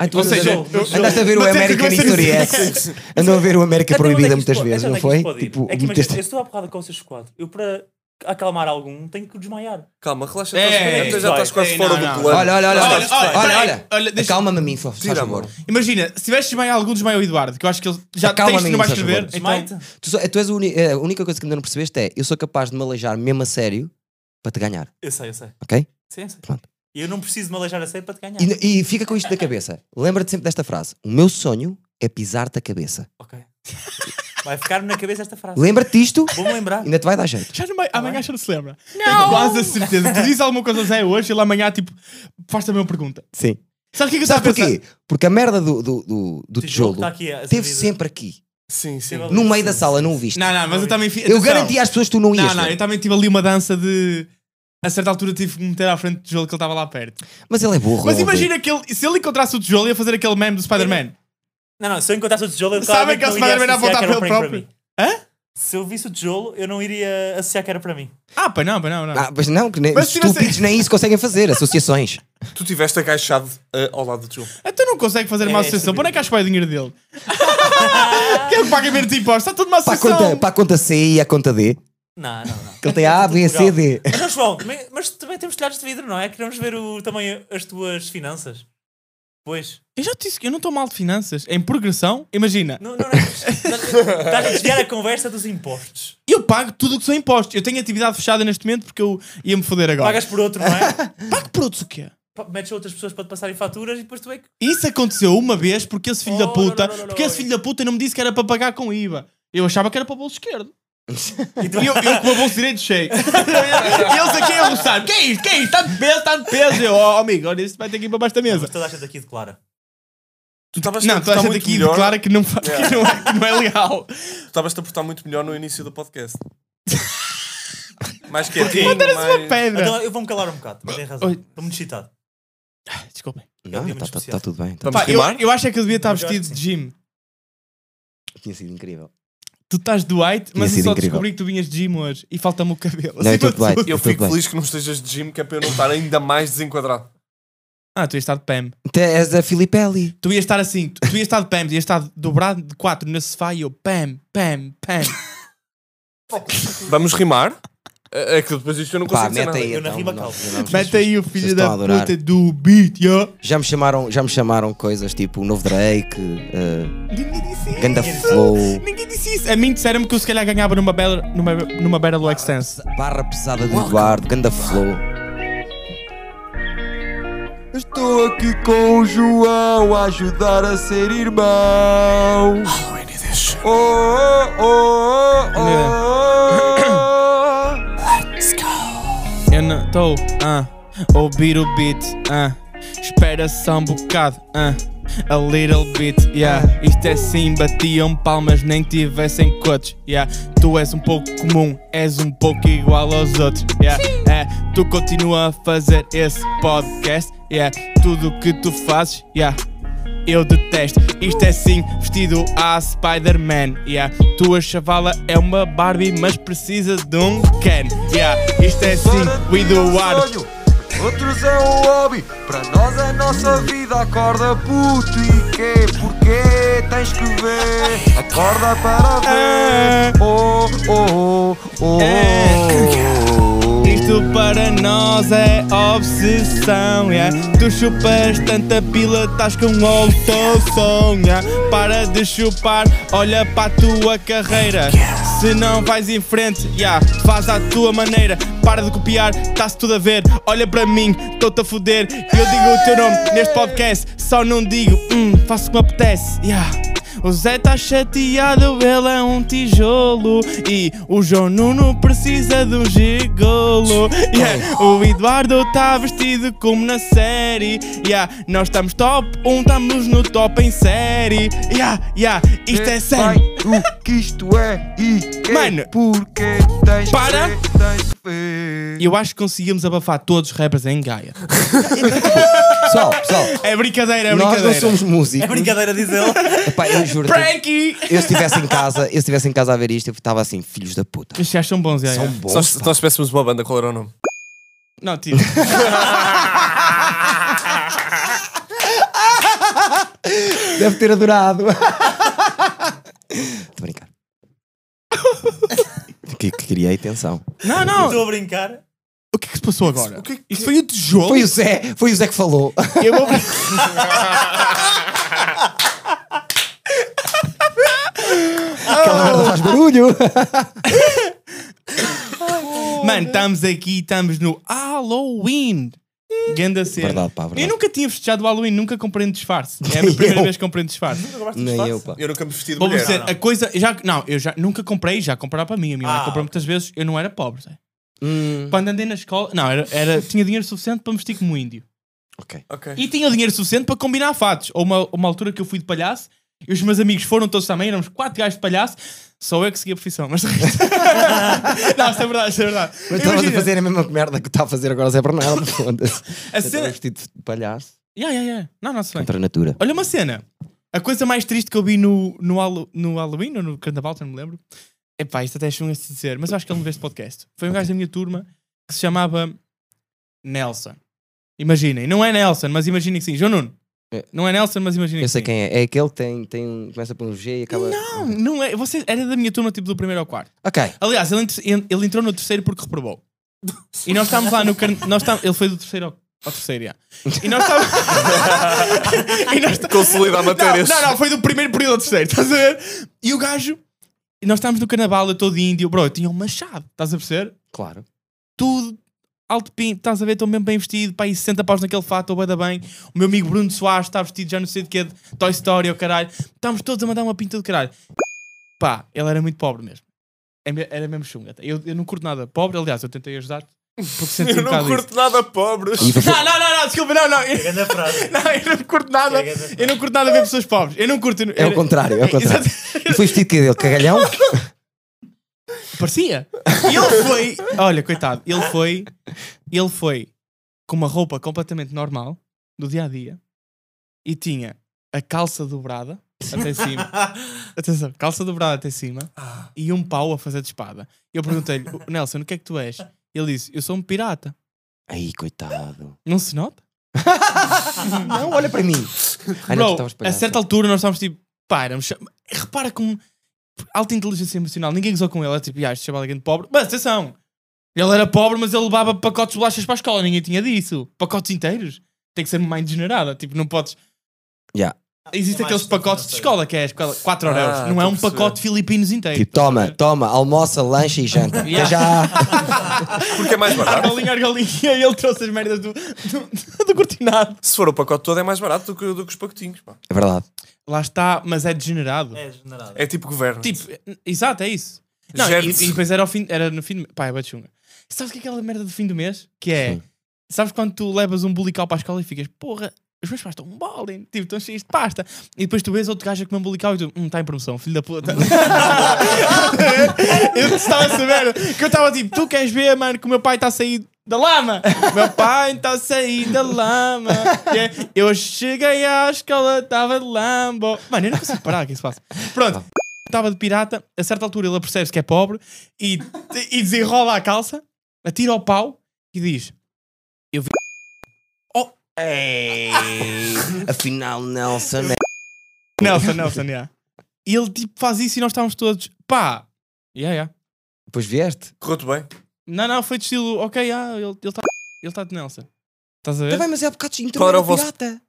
S2: Ai, Ah, tu
S1: Ou
S2: andas a-
S1: seja,
S4: eu- eu-
S2: andaste a ver o
S1: Mas é que
S2: American
S1: vai ser
S2: History
S4: [laughs]
S2: X.
S3: Sim.
S2: Andou a ver o América
S4: Até onde é que
S2: Proibida
S4: isto
S2: muitas
S4: pode-
S2: vezes,
S4: até
S2: não
S4: onde é que
S2: foi?
S4: isto pode ir?
S2: Tipo,
S4: é que, imagina,
S2: meteste-
S4: eu estou à porrada com vocês quatro. Eu, para acalmar algum, tenho que o desmaiar.
S3: Calma, relaxa.
S1: É,
S3: estás-
S1: é,
S3: até já
S4: vai,
S3: estás quase
S1: é,
S3: fora
S1: não,
S3: do
S1: não.
S3: plano.
S2: Olha, olha,
S1: Olha,
S2: olha, olha,
S1: olha,
S2: olha,
S1: olha, olha, deixa-
S2: Acalma-me a mim, faz
S3: Tira a
S2: favor.
S3: mão.
S1: Imagina, se tivesse desmaiar algum, desmaia o Eduardo, que eu acho que ele já
S2: Acalma,
S1: tem isto, não vai
S2: meninos,
S1: escrever.
S2: por
S4: Desmaite.
S1: Então,
S2: Tu, só- tu és o uni- a única coisa que ainda não percebeste é eu sou capaz de me aleijar mesmo a sério para te ganhar,
S4: Eu sei, eu sei.
S2: ok?
S4: Sim, eu sei.
S2: Pronto.
S4: E eu não preciso de me aleijar a sério para te ganhar.
S2: E, e fica com isto da cabeça. Lembra-te sempre desta frase: O meu sonho é pisar-te a cabeça.
S4: Ok. Vai ficar-me na cabeça esta frase.
S2: Lembra-te disto,
S4: Vou-me lembrar.
S2: ainda te vai dar jeito.
S1: já não vai, amanhã já não se lembra. Tenho quase a certeza. [laughs] Tu dizes alguma coisa ao Zé hoje, ele amanhã, tipo, faz também uma pergunta.
S2: Sim.
S1: Sabe o que é que eu estava
S2: Sabe
S1: a pensar?
S2: porquê? Porque a merda do, do, do, do tijolo
S4: está aqui a-
S2: esteve
S4: a-
S2: sempre aqui,
S3: Sim, sim.
S4: Tira a-
S2: no meio da sala, não o viste.
S1: Não, não, mas eu também... fi-
S2: Eu
S1: atenção.
S2: garanti às pessoas que tu não ias.
S1: Não, não,
S2: ver.
S1: eu também tive ali uma dança de... A certa altura tive que me meter à frente do tijolo que ele estava lá perto.
S2: Mas ele é burro.
S1: Mas
S2: ele-
S1: imagina que ele, se ele encontrasse o tijolo ia fazer aquele meme do Spider-Man.
S4: Não, não, se eu encontrasse o tijolo, eu
S1: Sabem que
S4: claramente
S1: o
S4: não iria
S1: Spider-Man
S4: associar
S1: aponta
S4: que era um
S1: para ele
S4: prank para
S1: próprio?
S4: mim.
S1: Hã?
S4: Se eu visse o tijolo, eu não iria associar que era para mim.
S1: Ah, pois não, pois não, não.
S2: Ah, mas não, que nem,
S1: Mas
S2: os
S1: se tivesse-
S2: estúpidos nem isso conseguem fazer, associações.
S3: Tu tiveste agachado eh, ao lado do jogo.
S1: Então não consegue fazer uma
S4: É,
S1: associação.
S4: é
S1: Por onde é que acho que vai o dinheiro dele? [laughs] Quem é que paga menos impostos? Está tudo uma
S2: Para a, conta,
S1: associação.
S2: para a conta C e a conta D,
S4: Não, não, não.
S2: que ele tem A, B, C, D.
S4: Mas, não, Então, João, também- mas também temos telhados de vidro, não é? Queremos ver o, também as tuas finanças. Pois.
S1: Eu já te disse que eu não estou mal de finanças. Em progressão, imagina.
S4: Não, não, não. Estás a desviar a conversa dos impostos.
S1: Eu pago tudo o que são impostos. Eu tenho atividade fechada neste momento porque eu ia-me foder agora.
S4: Pagas por outro, não é?
S1: Pago produtos o quê?
S4: Pa- Metes outras pessoas para te passarem faturas e depois tu é que.
S1: Isso aconteceu uma vez porque esse filho
S4: Oh,
S1: da puta...
S4: não, não, não, não,
S1: porque esse
S4: não.
S1: filho da puta não me disse que era para pagar com IVA. Eu achava que era para o bolso
S4: [laughs]
S1: esquerdo.
S4: E tu
S1: E eu, eu com o bolso direito
S4: [laughs]
S1: cheio. e eles aqui a almoçar. Que é isto? Que é isto? Está de peso, está de peso. Eu, oh, amigo, olha, isto vai ter que ir para baixo da mesa.
S4: Mas toda a gente aqui declara.
S3: Tu estavas
S4: tá
S1: Não, toda a gente aqui declara que não, fa- que não, é, que não é legal.
S3: Tu estavas-te a portar muito melhor no início
S1: [laughs]
S3: do podcast. mais quietinho,
S1: Mandaram-se uma
S3: mais...
S1: pedra.
S4: Então eu vou-me calar um bocado, mas tem razão.
S1: é. Oi.
S4: Estou muito excitado.
S1: Desculpem.
S2: Não,
S4: muito
S2: está
S4: especial.
S2: tudo bem. tá-
S3: Vamos
S1: Pá, eu,
S3: rimar?
S1: eu acho é que eu devia estar
S4: Mas eu acho
S1: vestido de Jim.
S2: Tinha sido incrível.
S1: Tu estás de white, mas eu
S2: sido
S1: só
S2: incrível.
S1: descobri que tu vinhas de Jim hoje e falta-me o cabelo. Assim
S2: Não, eu
S1: Acima
S2: estou
S1: de
S2: de white.
S1: tudo.
S3: Eu
S2: Tudo
S3: fico
S2: bem.
S3: feliz que não estejas de gym, que é para eu não estar ainda mais desenquadrado.
S1: Ah, tu ias estar de Pam.
S2: Até Então, És a Filipelli.
S1: Tu ias estar assim, tu, tu ias estar de Pam, ias estar dobrado de quatro na sofá e eu Pam, Pam,
S2: [laughs]
S1: Pam.
S3: Vamos rimar? É é que depois isto eu não consigo
S2: Pá,
S3: dizer
S2: mete
S3: nada.
S2: aí.
S4: Eu na
S2: então,
S4: rima
S2: não-
S4: calma.
S2: não vamos-
S1: Mete aí o
S2: vocês
S1: filho
S2: estão a
S1: da
S2: adorar.
S1: puta do beat, yo.
S2: Já me chamaram, já me chamaram coisas tipo o novo Drake, eh,
S1: Ninguém disse isso.
S2: Ganda Flow,
S1: Ninguém disse isso. A mim disseram-me que eu se calhar ganhava numa battle, numa, numa battle do Extense.
S2: Barra Pesada de Eduardo, Ganda Flow. Estou aqui com o João a ajudar a ser irmão. Oh, oh, oh, oh,
S1: Eu não estou a ouvir o beat. ah. espera só um bocado. ah. a little bit, yeah. Isto é sim, batiam palmas, nem tivessem cotes, yeah. Tu és um pouco comum, és um pouco igual aos outros, yeah. É, tu continua a fazer esse podcast, yeah. Tudo o que tu fazes, yeah. Eu detesto, isto é sim, vestido a Spider-Man. Yeah. Tua chavala é uma Barbie, mas precisa de um Ken. Yeah. Isto é sim, o Eduardo.
S5: sonho, outros é um hobby. Para nós é a nossa vida. Acorda puto e quê? Porquê tens que ver? Acorda
S1: Ah.
S5: para ver. Oh, oh, oh, oh.
S1: É.
S5: oh.
S1: Isto Isso para nós é obsessão, yeah. Tu chupas tanta pila, estás com autossom, yeah. Para de chupar, olha para a tua carreira. Se não vais em frente, yeah, faz à tua maneira. Para de copiar, estás tudo a ver. Olha para mim, estou-te a foder. Eu digo o teu nome neste podcast, só não digo, hum, faço o que me apetece, yeah. O Zé tá chateado, ele é um tijolo. E o João Nuno precisa de um gigolo. Yeah. O Eduardo tá vestido como na série. Yeah. Nós estamos top 1, estamos no top em série. Yeah, yeah. Isto é
S5: Vai,
S1: sério.
S5: o que isto é e é
S1: Mano.
S5: porque tens
S1: Para.
S5: que ver, tens que ver.
S1: Eu acho que conseguimos abafar todos os rappers em Gaia.
S2: Pessoal, pessoal,
S1: É brincadeira, é
S2: nós
S1: brincadeira.
S2: não somos músicos.
S4: É brincadeira, diz ele.
S2: Epá, eu juro.
S1: Pranky!
S2: Eu se estivesse em casa, eu se estivesse em casa a ver isto, eu estava assim, filhos da puta.
S1: Estes gajos são bons, yeah,
S2: São
S1: yeah.
S3: Se nós,
S2: bons.
S3: se
S2: pá.
S3: nós tivéssemos uma banda, qual era o nome?
S1: Não, tipo- tira.
S5: [laughs]
S2: Deve ter adorado. Estou a brincar. que, que criei tensão.
S1: não, não.
S4: Estou a brincar.
S1: O que é que se passou agora?
S3: O que é que-
S1: Isto foi o tijolo?
S2: Foi o Zé, foi o Zé que falou.
S1: Eu vou.
S2: Aquela merda faz barulho.
S1: [laughs] Mano, estamos aqui, estamos no Halloween. Ganda cena.
S2: Verdade, pá, verdade.
S1: Eu nunca tinha festejado o Halloween, nunca comprei um disfarce. É a minha primeira
S2: [laughs] eu.
S1: vez que comprei um disfarce.
S4: Nunca gosto de
S2: Nem
S4: disfarce.
S2: eu, pá.
S3: Eu nunca me vesti de
S1: Vou
S3: mulher.
S1: dizer,
S4: não.
S1: a coisa. Já, não, eu já nunca comprei, já compraram para mim. A minha
S4: Ah.
S1: mãe comprou muitas vezes, eu não era pobre. Zé.
S2: Hum,
S1: Quando andei na escola. Não, era, era- tinha dinheiro suficiente para me vestir como um índio.
S2: ok.
S1: [laughs]
S3: Ok.
S1: E tinha dinheiro suficiente para combinar fatos. Ou uma, uma altura que eu fui de palhaço e os meus amigos foram todos também, éramos quatro gajos de palhaço, só eu que segui a profissão, mas de
S2: [laughs]
S1: resto. não, isso é verdade, isso é verdade.
S2: Mas estavas a
S1: Imagina,
S2: fazer a mesma merda que está a fazer agora o Zé Bernardo. Foda-se.
S1: a
S2: Eu estava
S1: cena.
S2: vestido de palhaço.
S1: Yeah, yeah, yeah. Não, não se bem.
S2: Contra a natura.
S1: Olha uma cena. A coisa mais triste que eu vi no, no, Hallo- no Halloween ou no Carnaval, já não me lembro. Epá, isto até é chunga de se dizer, mas eu acho que ele não vê este podcast. Foi um gajo da minha turma que se chamava Nelson. Imaginem, não é Nelson, mas imaginem que sim. João Nuno.
S2: É.
S1: Não é Nelson, mas imaginem
S2: Eu
S1: que
S2: sei
S1: sim.
S2: quem é. É aquele que tem, tem um, começa por um G e acaba.
S1: Não, não é. Você era da minha turma, tipo do primeiro ao quarto.
S2: Ok.
S1: Aliás, ele, entre- ele entrou no terceiro porque reprovou. E nós estávamos lá no carnaval. Ele foi do terceiro ao, ao terceiro, já. E nós estávamos. [laughs] e nós tá-
S3: Consolidar matérias.
S1: Não, não, não, foi do primeiro período ao terceiro, estás a ver? E o gajo. E nós estávamos no carnaval, eu todo índio, bro, eu tinha um machado, estás a perceber?
S2: Claro.
S1: Tudo alto pinto, estás a ver? Estou mesmo bem vestido, pá, e 60 paus naquele fato, estou bem, bem. O meu amigo Bruno Soares está vestido já não sei de que, de Toy Story, o caralho. Estávamos todos a mandar uma pinta do caralho. Pá, ele era muito pobre mesmo. É me- Era mesmo chunga. Eu, eu não curto nada pobre, aliás, eu tentei ajudar-te. Porque senti um
S3: Eu não
S1: bocado isso.
S3: curto nada pobres.
S1: Não, não, não, não, desculpa, não, [laughs] não. Eu,
S4: Grande frase. [laughs]
S1: não, eu não curto nada.
S4: Que é que é-
S1: Eu não curto nada ver pessoas pobres. Eu não curto.
S2: É o contrário, [laughs] é o contrário. E foi vestido que é dele, [laughs] cagalhão?
S1: Parecia. E ele foi. Olha, coitado, ele foi. Ele foi com uma roupa completamente normal, do dia a dia, e tinha a calça dobrada até cima.
S4: [laughs]
S1: Atenção, calça dobrada até cima e um pau a fazer de espada. Eu perguntei-lhe, "O- Nelson, o que é que tu és? Ele disse, eu sou um pirata.
S2: Ai, coitado.
S1: Não se nota?
S2: Não, olha para mim. Ai,
S1: Bro,
S2: não, tu estavas
S1: a
S2: palhaço.
S1: certa altura nós estávamos tipo, pá, éramos cha- repara como alta inteligência emocional, ninguém gozou com ele, é tipo, ah, este chaval é grande pobre, mas atenção, ele era pobre, mas ele levava pacotes de bolachas para a escola, ninguém tinha disso, pacotes inteiros, tem que ser uma mãe degenerada, tipo, não podes.
S2: Yeah.
S1: Existem
S4: É mais
S1: aqueles pacotes de escola que é 4
S3: Ah,
S1: euros, não é
S3: estou a
S1: um
S3: perceber.
S1: pacote filipinos inteiro.
S2: Tipo, toma, toma, almoça, lancha e janta. Até
S1: Yeah. [laughs]
S2: já.
S3: Porque é mais
S1: Ah,
S3: barato.
S1: Argolinha, argolinha, e ele trouxe as merdas do, do, do cortinado.
S3: Se for o pacote todo, é mais barato do que, do que os pacotinhos. pá.
S2: É verdade.
S1: Lá está, mas é degenerado.
S4: É generado.
S3: É tipo governo.
S1: Tipo, n- exato, é isso. Não, e,
S3: Gerte-se.
S1: e depois era, ao fim, era no fim do mês. Pá, é bué de chunga. Sabes o que é aquela merda do fim do mês? Que é.
S2: Sim.
S1: Sabes quando tu levas um bulical para a escola e ficas, porra, os meus pais estão um bolem, tipo, estão cheios de pasta. E depois tu vês outro gajo a comer um bulical e tu, hum, está em promoção, filho da puta. eu estava a saber que eu estava tipo, tu queres ver, mano, que o meu pai está a sair da lama. Meu pai está a sair da lama. E é, Eu cheguei à escola, estava de lambo. Mano, eu não consigo parar, o que é que se passa? Pronto, estava de pirata, a certa altura ele apercebe-se que é pobre e, e desenrola a calça, atira ao pau e diz: Eu vi. Oh!
S2: Afinal, Nelson é...
S1: Nelson, Nelson, yeah. E ele tipo faz isso e nós estávamos todos, pá! Yeah, yeah.
S2: Depois vieste?
S3: Correu-te bem.
S1: Não, não, foi de estilo, ok, ah, ele está ele tá de Nelson. Estás a ver?
S2: Tá bem, mas é há bocados
S3: Qual era
S2: interrogaram
S3: o vosso-
S2: pirata.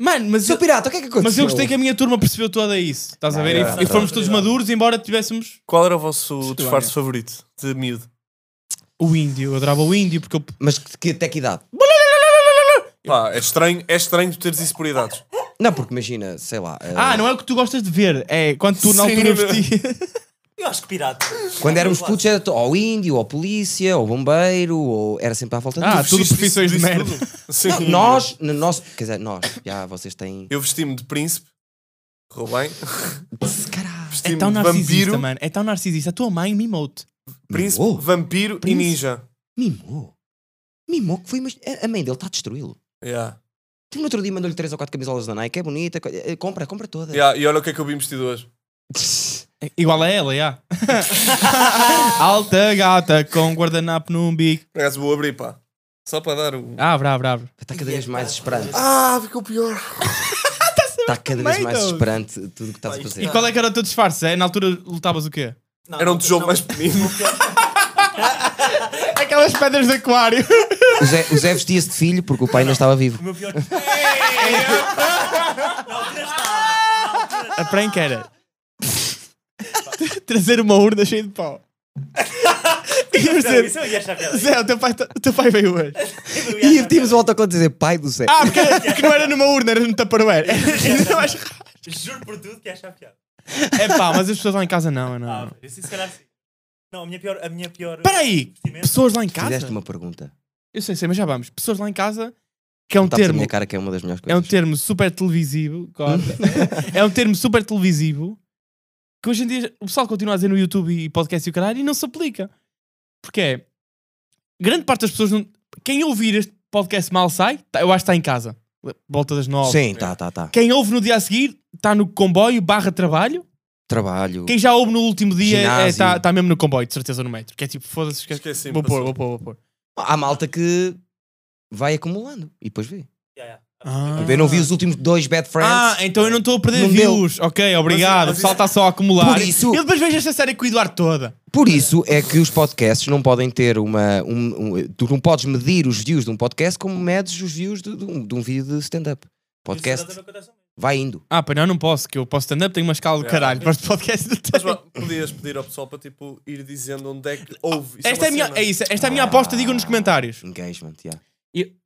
S1: Mano, mas,
S2: Seu
S1: eu,
S2: pirata, o que é que aconteceu?
S1: mas eu gostei que a minha turma percebeu toda isso. Estás a
S2: Ah,
S1: ver?
S2: é,
S1: E-
S2: não,
S1: e
S2: não,
S1: fomos
S4: não.
S1: todos maduros, embora tivéssemos
S3: Qual era o vosso
S1: Sei
S3: disfarce
S1: lá.
S3: favorito de miúdo?
S1: o índio. Eu adorava o índio porque eu.
S2: Mas que, que- até que idade?
S3: Pá, é estranho, é estranho tu teres isso por idades.
S2: Não, porque imagina, sei lá. eh,
S1: Ah, não é o que tu gostas de ver, é quando tu na
S3: Sim,
S1: altura
S3: não.
S1: vestias.
S4: Eu acho que pirata.
S2: Quando éramos putos era to- ou índio, ou polícia, ou bombeiro, ou era sempre à volta de
S1: Ah,
S2: tudo.
S1: tudo
S3: Vestiste
S1: profissões
S3: disso-
S1: de
S3: disso
S1: merda.
S3: tudo? Sim.
S2: Não, nós, no nosso, quer dizer, nós, já vocês têm.
S3: Eu vesti-me de príncipe. Correu bem.
S2: Caralho.
S1: É
S3: Vesti-me
S1: tão
S3: de
S1: É narcisista,
S3: vampiro,
S1: mano. É tão narcisista. A tua mãe mimou-te.
S3: príncipe,
S2: Mimou?
S3: vampiro
S2: Príncipe.
S3: e ninja.
S2: Mimou. Mimou que foi. Mas a- a mãe dele está a destruí-lo.
S3: Yeah.
S2: Tu no outro dia mandou-lhe 3 ou 4 camisolas da Nike, é bonita, co- eh, compra, compra toda.
S3: Yeah, E olha o que é que eu vim vestido hoje.
S1: É Igual a ela, [laughs] já. Alta gata com guardanapo no umbigo.
S3: Por acaso vou abrir, pá. Só para dar o.
S1: Ah, bravo, bravo.
S2: Está cada vez mais esperante.
S3: Ah, ficou pior.
S1: é
S2: Está cada vez mais
S1: Tomatoes.
S2: esperante tudo o que estás a fazer.
S1: E qual é que era o teu disfarce? É, na altura lutavas o quê?
S4: Não,
S3: Era um
S4: não,
S3: tijolo
S4: não.
S3: mais pequenino.
S1: Aquelas pedras de aquário.
S2: O Zé, o Zé vestia-se de filho porque o pai não estava vivo.
S4: O meu pior. Na altura estava. na altura-
S1: A prank era [laughs] trazer uma urna cheia de
S2: [laughs]
S1: pau. E eu
S4: Não,
S2: é
S1: dizer,
S4: Isso eu ia achar piada.
S1: Zé, o teu pai, tá- o teu pai veio hoje.
S4: Eu ia
S2: E
S4: achar
S2: tínhamos o autocolante a dizer pai do Zé.
S1: Ah, porque, era- porque não era numa urna, era no
S2: [laughs]
S1: Tupperware. Ainda mais raro.
S4: piada. Juro por tudo que ia achar piada.
S1: É pá, mas as pessoas lá em casa não, eu
S4: Ah,
S1: não.
S4: isso se calhar sim. Não, a minha pior. A minha pior
S1: Espera aí,
S4: Vestimenta.
S1: pessoas lá em casa.
S2: Fizeste uma pergunta.
S1: Eu sei, sei, mas já vamos. Pessoas lá em casa, que é um
S2: Está a
S1: termo
S2: minha cara que é uma das melhores
S1: É um
S2: coisas.
S1: termo super televisivo.
S2: [laughs]
S1: corta. é um termo super televisivo que hoje em dia o pessoal continua a dizer no YouTube e podcast e o caralho e não se aplica. Porque é. Grande parte das pessoas. Não, quem ouvir este podcast mal sai, tá- eu acho que está em casa. Volta das nove.
S2: Sim, tá, tá, tá.
S1: Quem ouve no dia a seguir está no comboio barra trabalho.
S2: Trabalho.
S1: Quem já ouve no último dia
S2: Ginásio.
S1: está tá mesmo no comboio, de certeza, no metro. Que é tipo, foda-se, esquece.
S3: Esqueci-me,
S1: Vou pôr,
S3: passou.
S1: vou pôr, vou pôr.
S2: Há malta que vai acumulando e depois vê.
S4: Yeah,
S1: Ah.
S2: Eu não vi os últimos dois Bad Friends.
S1: Ah, então eu não estou a perder
S2: Não deu.
S1: views. Ok, obrigado.
S3: mas
S1: o pessoal está só a acumular.
S2: Por isso-
S1: Eu depois vejo esta série com o Eduardo toda.
S2: Por isso é que os podcasts não podem ter uma. um- um- tu não podes medir os views de um podcast como medes os views de, de um, de um vídeo de stand-up.
S4: é
S2: Podcast vai indo.
S1: Ah, pá, não, não posso, que eu posso stand-up, tenho uma escala do
S3: É.
S1: caralho. Para este podcast não
S3: Mas,
S1: tenho.
S3: pá, podias pedir ao pessoal para tipo ir dizendo onde é que houve.
S1: [laughs]
S3: Isso
S1: Esta é, a
S3: uma
S1: minha,
S3: cena.
S1: é isso, esta é a minha aposta, digam nos comentários.
S2: Engagement, yeah.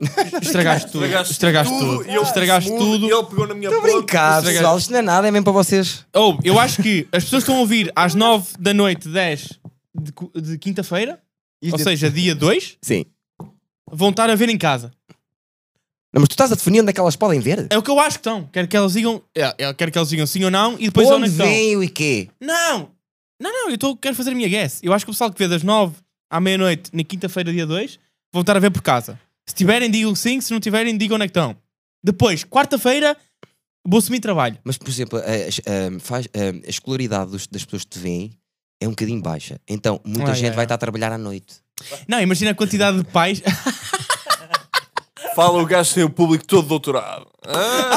S1: Estragaste tudo. Estragaste tudo.
S3: e ele
S1: Estragaste
S3: disse mudo,
S1: tudo.
S3: E ele pegou na minha
S2: Estou a
S3: ponta.
S2: brincar,
S1: Estragaste.
S2: pessoal. Isto não é nada, é mesmo para vocês.
S1: Ou, eu acho que as pessoas estão a ouvir às 9 da noite, 10 de, cu- de quinta-feira, ou
S2: é-
S1: seja, dia 2,
S2: Sim.
S1: vão estar a ver em casa.
S2: Não, mas tu estás a definir onde é que elas podem ver?
S1: É o que eu acho que estão. Quero que elas digam, é, eu quero que elas digam sim ou não e depois onde
S2: onde
S1: é que estão.
S2: vem o quê?
S1: Não! Não, não, eu tô, quero fazer a minha guess. Eu acho que o pessoal que vê das 9 à meia-noite, na quinta-feira, dia 2, vão estar a ver por casa. Se tiverem, digam que sim, se não tiverem, digam onde é que estão. Depois, quarta-feira, vou assumir trabalho.
S2: Mas, por exemplo, a, a- a- faz- a- a escolaridade dos- das pessoas que te veem é um bocadinho baixa. Então, muita
S1: Ah,
S2: gente
S1: é.
S2: vai estar a trabalhar à noite.
S1: Não, imagina a quantidade de pais.
S2: [laughs]
S3: Fala o gajo sem o público todo doutorado. Ah,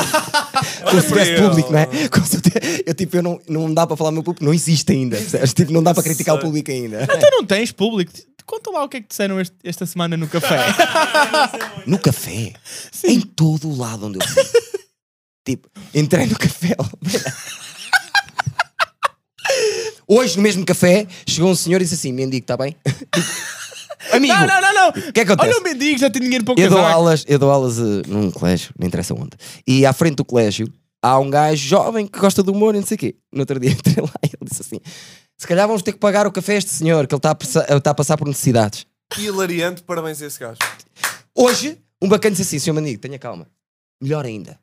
S2: Com stress
S3: ele.
S2: público, não é? [laughs] Com certeza. Eu, tipo, eu não, não dá para falar meu público, não existe
S1: [laughs]
S2: ainda. percebes? Tipo, não dá para criticar o
S3: Sei.
S2: público ainda.
S1: tu não tens público. Conta lá o que é que disseram este- esta semana no café.
S2: No café, em todo o lado onde eu
S1: [laughs]
S2: fui. tipo, entrei no café. [laughs] Hoje, no mesmo café, chegou um senhor e disse assim: Mendigo, está bem? [laughs] Tipo, [laughs] Amigo,
S1: não, não, não, não.
S2: o que é que acontece?
S1: Olha o mendigo, já tem dinheiro para o
S2: Eu dou
S1: casaco.
S2: aulas, eu dou aulas eh, num colégio, não interessa onde. E à frente do colégio há um gajo jovem que gosta do humor e não sei o quê. No outro dia [laughs] entrei lá e ele disse assim: se calhar vamos ter que pagar o café a este senhor, que ele está a, pressa- ele está a passar por necessidades.
S3: Hilariante, parabéns a esse gajo.
S2: Hoje, um bacana disse assim: senhor Manigo, tenha calma. Melhor ainda,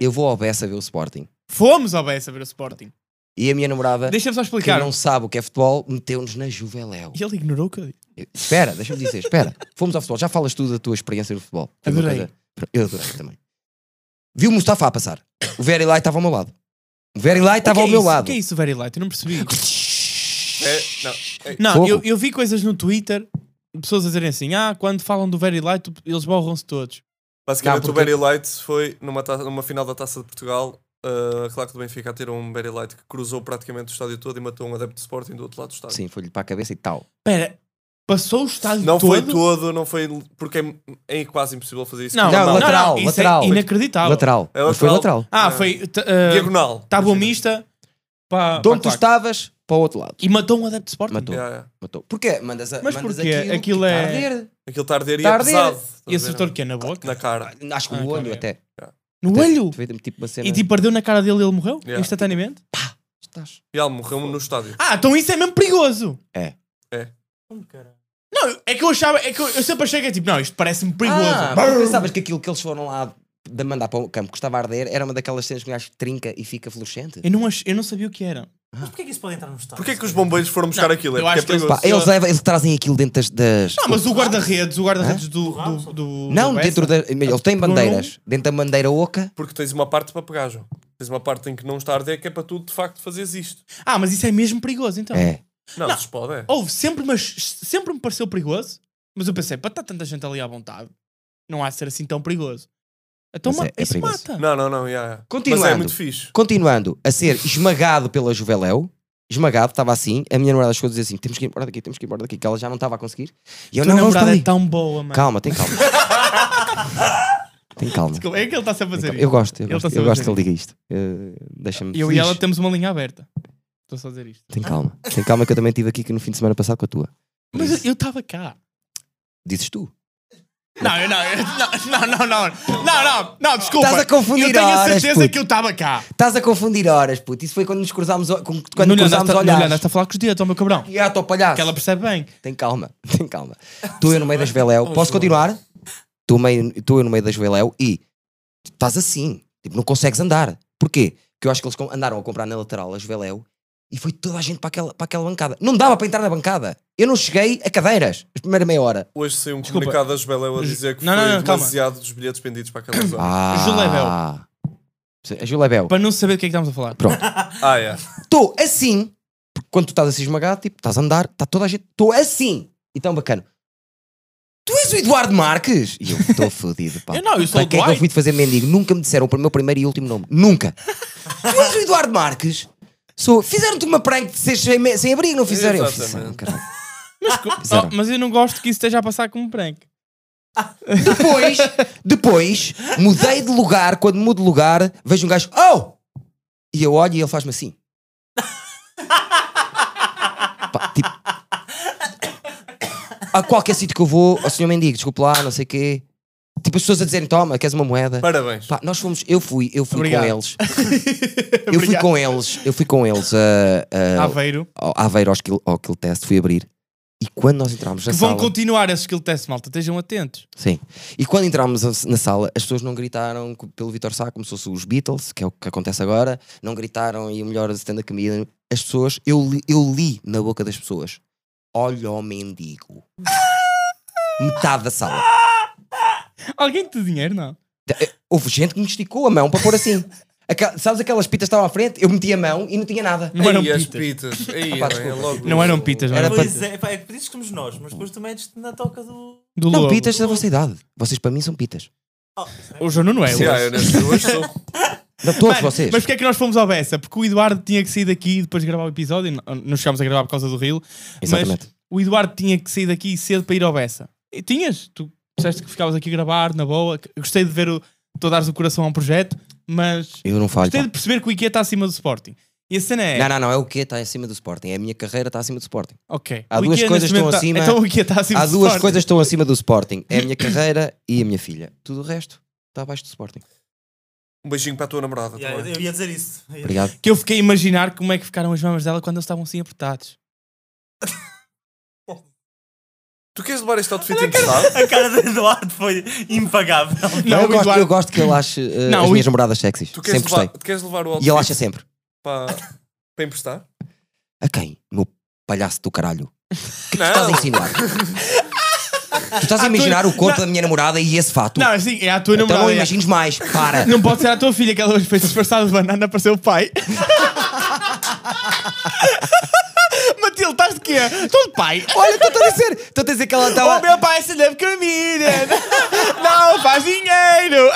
S2: eu vou ao Bessa ver o Sporting.
S1: Fomos ao BS a ver o Sporting.
S2: E a minha namorada,
S1: Deixa-me só
S2: É. que
S1: explicar.
S2: não sabe o que é futebol, meteu-nos na Juveléu.
S1: E ele ignorou o que eu disse.
S2: Eu- Espera, deixa-me dizer, espera. Fomos ao futebol, já falas tu da tua experiência no futebol. Foi uma
S1: Adorei.
S2: coisa- Eu adorei também. Vi o Mustafa a passar. O Very Light estava ao meu lado. O Very Light estava
S1: O que é
S2: ao meu
S1: isso?
S2: lado.
S1: O que é isso, Very Light? Eu não percebi.
S3: É, não, é,
S1: Não,
S2: Fogo.
S1: eu, eu vi coisas no Twitter, pessoas a dizerem assim: ah, quando falam do Very Light, eles borram-se todos.
S3: basicamente
S2: Não,
S3: o
S2: porque-
S3: Barry Light foi numa, ta- numa final da Taça de Portugal. ah, claro que do Benfica a ter um Barry Light que cruzou praticamente o estádio todo e matou um adepto de Sporting do outro lado do estádio.
S2: Sim, foi-lhe para a cabeça e tal.
S1: Espera, Passou o estádio
S3: Não
S1: todo.
S3: foi todo, não foi. Porque é, é quase impossível fazer isso.
S1: Não,
S2: Não,
S1: não,
S2: lateral,
S1: não, isso
S2: lateral.
S1: é inacreditável.
S2: Lateral.
S3: É
S2: Mas foi
S3: lateral.
S2: lateral.
S1: Ah, foi. t- ah,
S3: Diagonal.
S1: Tábua mista para.
S2: De onde tu estavas, para o outro lado.
S1: E matou um adepto de Sporting.
S2: Matou.
S3: Yeah, yeah.
S2: Matou. Porquê? Mandas a,
S1: Mas
S2: mandas
S1: porquê?
S2: aquilo, tipo,
S1: Aquilo
S2: que
S1: é-
S2: está a arder.
S3: Aquilo está a arder e
S2: Está Tá a
S3: é
S2: arder.
S3: pesado. Estás a
S1: E
S3: ver?
S1: acertou o quê? Na boca?
S3: Na cara.
S2: Acho que
S1: Ah,
S2: o olho
S1: ok.
S2: até.
S1: No olho?
S2: Devia ter tipo uma cena.
S1: E tipo, perdeu na cara dele e ele morreu?
S3: Yeah.
S1: Instantaneamente?
S2: Estás.
S3: E ele morreu no estádio.
S1: Ah, então isso é mesmo perigoso!
S4: Como, cara?
S1: Não, é que eu achava. É que eu, eu sempre achei que é tipo, não, isto parece-me perigoso.
S2: Ah, mas tu pensavas que aquilo que eles foram lá de mandar para o campo que estava a arder era uma daquelas cenas que o gajo trinca e fica fluorescente?
S1: Eu, não ach- eu não sabia o que era.
S4: Mas porquê é que isso pode entrar no estádio?
S3: Porquê que os bombeiros foram buscar
S1: Ah, Não,
S3: aquilo? É
S1: eu
S3: porque é
S1: acho que eles-
S3: perigoso.
S2: Pá, eles, levam- eles trazem aquilo dentro das. das-
S1: um- Não, Ah, mas o guarda-redes, o guarda-redes do,
S4: Ramos?
S1: do, do.
S2: Não,
S1: do
S2: dentro
S1: Bessa.
S2: da. Eles têm bandeiras. Dentro da bandeira oca.
S3: Porque tens uma parte para pegar, João. Tens uma parte em que não está a arder que é para tu de facto fazeres isto.
S1: Ah, mas isso é mesmo perigoso então.
S2: É.
S3: Não,
S1: Não. Oh.
S3: se pode, é.
S1: Houve sempre, mas sempre me pareceu perigoso. Mas eu pensei, para estar tanta gente ali à vontade, não há de ser assim tão perigoso. Então
S2: Mas
S1: ma-
S2: é- é
S1: isso
S2: perigoso.
S1: mata.
S3: Não, não, não. Yeah, yeah. Mas é
S2: Continuando.
S3: muito fixe.
S2: Continuando a ser esmagado pela Juveléu. Esmagado, estava assim. A minha namorada chegou a dizer assim: temos que ir embora daqui, temos que ir embora daqui, que ela já não estava a conseguir. E eu
S1: Tua
S2: não vamos
S1: namorada
S2: para
S1: é
S2: ali.
S1: tão boa, mano.
S2: Calma, tem calma. tem calma.
S1: É que ele está sempre a fazer
S2: Eu
S1: isto.
S2: gosto, eu
S1: Ele está
S2: gosto, eu
S1: sempre a
S2: gosto
S1: dizer
S2: que ele diga isto. Eh, Deixa-me.
S1: Eu e
S2: feliz.
S1: ela temos uma linha aberta. Estou só a dizer isto.
S2: Tem calma, tem calma que eu também estive aqui que no fim de semana passado com a tua.
S1: Mas eu estava cá.
S2: Dizes tu.
S1: Não, eu não, eu- não, não, não, não, não, não, não, desculpa.
S2: Estás a confundir
S1: Eu tenho a
S2: horas,
S1: certeza
S2: puto.
S1: que eu estava cá.
S2: Estás a confundir horas, puto. Isso foi quando nos cruzámos, o- com- quando
S1: Não lhe
S2: cruzámos
S1: andaste- não lhe
S2: olhares.
S1: andaste a falar com os dedos, ó meu cabrão.
S2: E ah, tô palhaço.
S1: Que ela percebe bem.
S2: Tem calma, [laughs] tem calma. Estou eu no meio das veléu. Posso continuar? Estou meio- estou eu no meio das veléu e estás assim. Tipo, não consegues andar. Porquê? Porque eu acho que eles com- andaram a comprar na lateral as veléu e foi toda a gente para aquela, para aquela bancada. Não dava para entrar na bancada. Eu não cheguei a cadeiras. A primeira meia hora.
S3: Hoje saiu um
S1: Desculpa.
S3: comunicado da Jubeléu a dizer que
S1: Não,
S3: foi
S1: não, não, calma.
S3: demasiado dos bilhetes vendidos
S1: [coughs]
S3: para aquela zona.
S2: Ah. Julevel. Julevel.
S1: Para não saber do que é que estamos a falar.
S2: Pronto.
S3: Ah, é.
S2: Estou assim. Porque quando tu estás assim esmagado, tipo, estás a andar, está toda a gente. Estou assim. E tão bacana. Tu és o Eduardo Marques? E eu estou [laughs] fodido, pá.
S1: Eu não, eu sou
S2: Para
S1: o
S2: quem é que eu
S1: Dwight.
S2: fui de fazer mendigo? Nunca me disseram o meu primeiro e último nome. Nunca. tu és o Eduardo Marques? Sou. Fizeram-te uma prank de seres sem, me- sem abrigo, não fizeram? Eu fiz, Ah,
S3: Exatamente.
S2: caralho.
S1: Mas, co-
S2: Zero.
S1: Oh, mas eu não gosto que isso esteja a passar como prank.
S2: Depois, depois, mudei de lugar. Quando mudo de lugar, vejo um gajo, oh! E eu olho e ele faz-me assim. Pá, tipo, a qualquer sítio que eu vou, ao senhor mendigo, desculpe lá, não sei o quê. Tipo, as pessoas a dizerem, toma, queres uma moeda?
S3: Parabéns.
S2: Pá, nós fomos, eu fui, eu fui
S1: Obrigado.
S2: com
S1: [laughs]
S2: eles. Eu fui com eles, eu fui com eles a, a-
S1: Aveiro.
S2: ao Aveiro ao skill, ao skill test, fui abrir. E quando nós entramos na
S1: Que
S2: sala.
S1: vão continuar esse skill test, malta. Estejam atentos.
S2: Sim. E quando entramos na sala, as pessoas não gritaram co- pelo Vitor Sá, como se fossem os Beatles, que é o que acontece agora, não gritaram e o melhor stand da comida. As pessoas, eu li, eu li na boca das pessoas: olha
S1: [laughs]
S2: o mendigo. Metade da sala.
S1: Alguém te deu dinheiro, não?
S2: Houve gente que me esticou a mão para pôr assim. Aquela- sabes aquelas pitas que estavam à frente? Eu meti a mão e não tinha nada.
S1: Não eram
S3: Ei, as
S1: pitas.
S3: pitas. Ei,
S2: pá,
S3: bem, é
S2: desculpa.
S3: logo
S1: Não
S3: isso.
S1: eram pitas, não
S2: Era
S1: era
S2: para-
S1: para...
S4: Pois é, pá, é que por isso que somos nós, mas depois tu metes-te na toca do.
S1: do
S2: Não,
S1: lobo.
S2: pitas da vossa idade. Vocês para mim são pitas.
S1: O João não é.
S3: Sim, ah, eu neste- hoje sou.
S2: Não, todos
S1: Mano,
S2: vocês.
S1: Mas porque é que nós fomos ao Bessa? Porque o Eduardo tinha que sair daqui e depois gravar o episódio. Não- Não chegámos a gravar por causa do Rio.
S2: Exatamente.
S1: O Eduardo tinha que sair daqui cedo para ir ao Bessa. E tinhas? Tu disseste que ficavas aqui a gravar, na boa. Eu Gostei de ver o. Tu dares o coração a um projeto, mas.
S2: Eu não falho.
S1: Gostei
S2: pá.
S1: de perceber que o Ikea está acima do Sporting. E a cena é.
S2: Não, não, não. É o que está acima do Sporting. É a minha carreira está acima do Sporting.
S1: Ok.
S2: Há
S1: O
S2: duas
S1: Ikea, neste
S2: coisas que estão
S1: momento, está- [laughs]
S2: acima-
S1: Então o Ikea está acima
S2: Há
S1: do
S2: duas
S1: Sporting.
S2: coisas que estão acima do Sporting: é a minha carreira e a minha filha. Tudo o resto está abaixo do Sporting.
S3: Um beijinho para a tua namorada.
S4: Yeah,
S3: também.
S4: eu ia dizer isso.
S2: Obrigado.
S1: Que eu fiquei a imaginar como é que ficaram as mamas dela quando eles estavam assim apertados.
S3: Tu queres levar este outfit emprestado?
S4: [laughs] A cara do Eduardo foi impagável.
S1: Não,
S2: eu,
S1: o
S2: gosto,
S1: Eduardo-
S2: eu gosto que ele ache eh,
S1: Não,
S2: as
S1: o
S2: minhas
S1: I-
S2: namoradas sexys.
S3: Tu queres
S2: Sempre
S3: levar,
S2: gostei.
S3: tu queres levar o
S2: E ele
S3: outfit
S2: acha sempre:
S3: para, para emprestar?
S2: a quem? Meu palhaço do caralho. O que tu
S3: Não.
S2: estás a insinuar? tu estás a imaginar o corpo da minha namorada e esse fato.
S1: Ah, Não, assim, é a tua
S2: então
S1: namorada.
S2: não
S1: é.
S2: imagines mais. Para.
S1: Não pode ser a tua filha que ela hoje fez disfarçada de banana para seu pai. [laughs] Matilde, estás de quê? Estou de pai.
S2: Olha, estou a dizer. Estou a dizer que ela
S1: O
S2: estava.
S1: meu pai é se deve [laughs] comida. Não, faz dinheiro.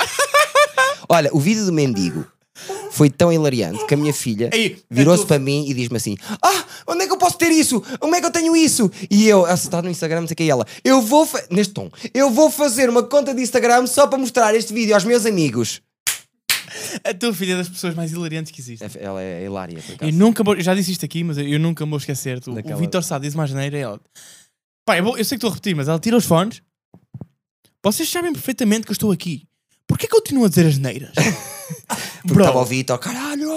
S2: Olha, o vídeo do mendigo foi tão hilariante que a minha filha
S1: Aí, é
S2: virou-se
S1: tudo.
S3: tá
S2: para mim e diz-me assim: Ah, onde é que eu posso ter isso? Onde é que eu tenho isso? E eu, ela está no Instagram, não sei o que, e ela, eu vou, fa- neste tom, eu vou fazer uma conta de Instagram só para mostrar este vídeo aos meus amigos.
S1: A tua filha é das pessoas mais hilariantes que existe.
S2: É- Ela é hilária, por
S1: Eu
S2: acaso.
S1: nunca vou- eu já disse isto aqui, mas eu, eu nunca me vou esquecer. Tu,
S2: Daquela-
S1: O Vitor Sá diz uma janeira e ela. Pá, eu, vou- eu sei que estou a repetir, mas ela tira os fones. Vocês sabem perfeitamente que eu estou aqui. Porquê que eu continuo a dizer as neiras?
S2: [laughs] Porque estava o Vitor, caralho!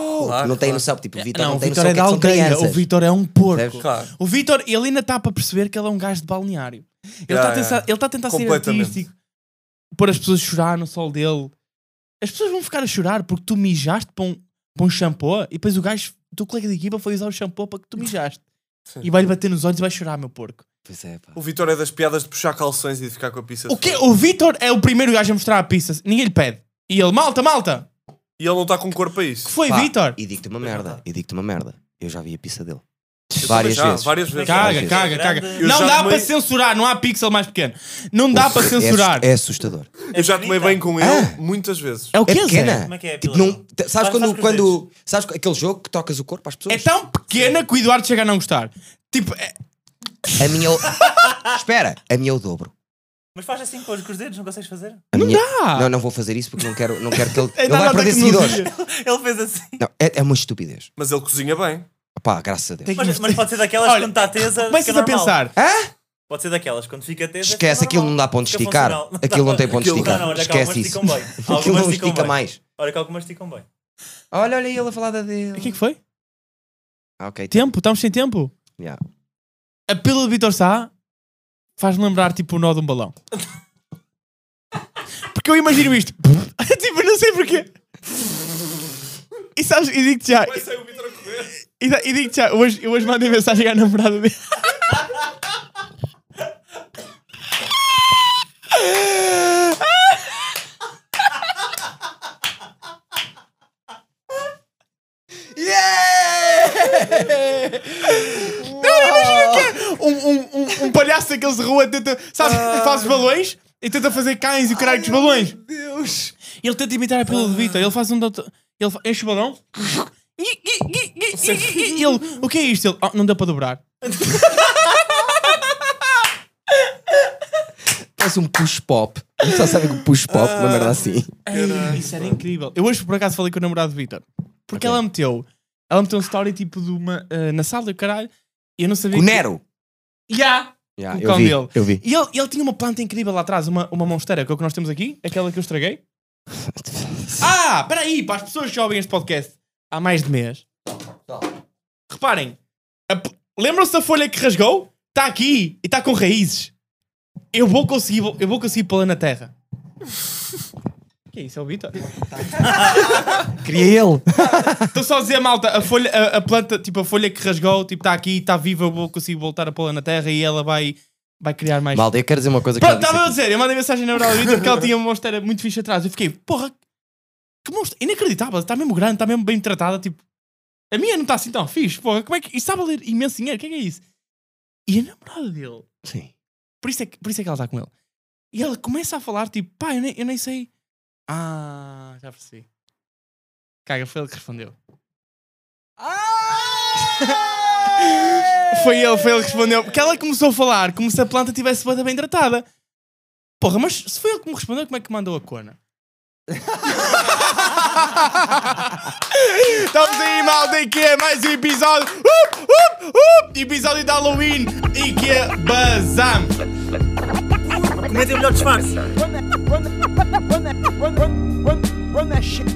S2: não tem
S3: claro.
S2: noção, tipo, o Vitor
S1: não,
S2: não,
S1: o
S2: tem
S1: Vitor
S2: noção
S1: é
S2: do que,
S1: da
S2: é que são
S1: aldeia. O
S2: crianças.
S1: Vitor é um porco.
S2: Percebes?
S3: Claro.
S1: O Vitor, ele ainda está para perceber que ele é um gajo de balneário. Ele está
S3: Yeah,
S1: a tentar,
S3: yeah.
S1: ele está a tentar ser
S3: Completamente.
S1: artístico, pôr as pessoas a chorar no sol dele. As pessoas vão ficar a chorar porque tu mijaste para um, para um shampoo e depois o gajo, o teu colega de equipa, foi usar o shampoo para que tu mijaste.
S3: Sim.
S1: E vai-lhe bater nos olhos e vai chorar, meu porco.
S2: Pois é, pá.
S3: O Vitor é das piadas de puxar calções e de ficar com a pizza. de
S1: O quê?
S3: fora.
S1: O Vitor é o primeiro gajo a mostrar a pizza. Ninguém lhe pede. E ele, malta, malta!
S3: E ele não está com corpo a isso.
S1: Que foi,
S2: Pá,
S1: Vitor?
S2: E digo-te uma merda, e digo-te uma merda. Eu já vi a pista dele.
S3: É Eu
S2: Várias
S3: também já,
S2: vezes.
S3: Várias vezes.
S1: Caga,
S2: Grande.
S1: caga, caga.
S4: Eu
S1: não
S3: já
S1: dá
S3: tomei-
S1: para censurar, não há pixel mais pequeno. Não dá para
S2: É-
S1: censurar.
S2: É, assustador.
S3: Eu já tomei bem com ele
S2: Ah.
S3: muitas vezes.
S1: É o que
S2: É
S1: é, Zé?
S2: pequena.
S4: Como é que é a
S2: Tipo,
S4: pila?
S2: não- t- sabes
S4: Faz-
S2: quando,
S4: faz com os
S2: quando sabes aquele jogo que tocas o corpo às pessoas?
S1: É tão pequena que o Eduardo chega a não gostar. Tipo, é-
S2: A minha [laughs] eu- Espera, a minha eu dobro.
S4: Mas faz assim com os com os dedos, não consegues fazer?
S2: A minha-
S1: dá.
S2: Não, não vou fazer isso porque não quero, não quero que
S4: [laughs]
S2: ele,
S1: é
S2: ele vai
S1: nada
S2: perder
S1: tecnologia.
S2: seguidores.
S4: Ele fez assim.
S2: Não, é, é uma estupidez.
S3: Mas ele cozinha bem.
S2: Pá, graças a Deus.
S1: Tem que é
S4: Mas,
S1: mostrar.
S4: mas pode ser daquelas
S1: Olha,
S4: quando está tesa.
S1: Começas
S4: fica
S1: a
S4: normal.
S1: pensar.
S2: Hã?
S4: Pode ser daquelas quando fica tesa. fica
S2: Esquece, aquilo não
S4: normal.
S2: dá ponto de
S4: Fica
S2: esticar.
S4: funcional. Não
S2: Aquilo não
S4: dá.
S2: tem ponto de
S3: Aquilo-
S2: esticar.
S4: Não, não, olha, cá,
S2: Esquece
S4: algumas
S2: isso.
S4: ficam bem.
S2: [laughs] Aquilo
S4: Algumas
S2: não
S4: ficam
S2: estica
S4: bem.
S2: mais.
S4: Olha que algumas ficam bem.
S2: Olha, olha ele a falar da dele.
S1: O que é que foi?
S2: Ah, ok. tipo,
S1: Tempo? Estamos sem tempo?
S2: Yeah.
S1: A pílula do Vitor Sá faz-me lembrar tipo o nó de um balão. Porque eu imagino isto. [laughs] tipo, não sei porquê. E sabes, e digo-te já, e,
S3: Sei o Vitor a comer.
S1: e digo-te já, hoje, eu hoje mandei mensagem à namorada dele.
S2: Yeah!
S1: um, um, um, um palhaço daqueles de rua tenta, sabes, faz os balões e tenta fazer cães e o caralho com os balões.
S2: Deus!
S1: E Ele tenta imitar a pílula de Vitor, ele faz um. doutor- Ele fa- enche o balão. E- e- e- e- e- e- e ele, o que é isto? Ele, "Ah, não deu para dobrar.
S2: Parece um push-pop. Só sabem que o push-pop é uma merda assim.
S1: Ei, isso era incrível. Eu hoje por acaso falei com o namorado de Vitor. Porque
S2: Ok.
S1: ela meteu. Ela meteu um story tipo de uma. ah, na sala do caralho. E eu não sabia.
S2: O
S1: que-
S2: Nero!
S1: Ya!
S2: Yeah,
S1: O
S2: eu
S1: cão
S2: vi,
S1: dele.
S2: Eu vi.
S1: E ele, ele tinha uma planta incrível lá atrás, uma, uma monstera, que é o que nós temos aqui, aquela que eu estraguei. Ah, espera aí, para as pessoas que já ouvem este podcast há mais de mês. Reparem, a p- lembram-se da folha que rasgou? Está aqui e está com raízes. Eu vou conseguir, eu vou conseguir pô-la na terra. que é isso, é o Vitor?
S2: Queria ele.
S1: Estou só a dizer, malta, a, folha, a, a planta, tipo, a folha que rasgou, tipo, está aqui, está viva, eu vou conseguir voltar a pô-la na terra e ela vai, vai criar mais
S2: Malta, eu quero dizer uma coisa que
S1: Pronto,
S2: já disse
S1: estava eu a
S2: aqui.
S1: dizer, eu mandei mensagem na Aurora Vitor que ela tinha uma monstera muito fixe atrás. Eu fiquei, porra, que monstro inacreditável, está mesmo grande, está mesmo bem tratada. Tipo, a minha não está assim tão fixe, porra, como é que. E está a valer imenso dinheiro, o que é que é isso? E a namorada dele,
S2: Sim.
S1: por isso é que, por isso é que ela está com ele. E ela começa a falar, tipo, pá, eu nem, eu nem sei. Ah, já percebi. Caga, foi ele que respondeu. Foi ele, foi ele que respondeu. Porque ela começou a falar como se a planta tivesse sido bem tratada. Porra, mas se foi ele que me respondeu, como é que mandou a [laughs] cona? Estamos aí, malta, e que é mais um episódio. Up, up, up! Episódio de Halloween e que é Bazam.
S4: Comentem o melhor disfarce.
S6: run that, run that, run that, run, run, run, run that shit.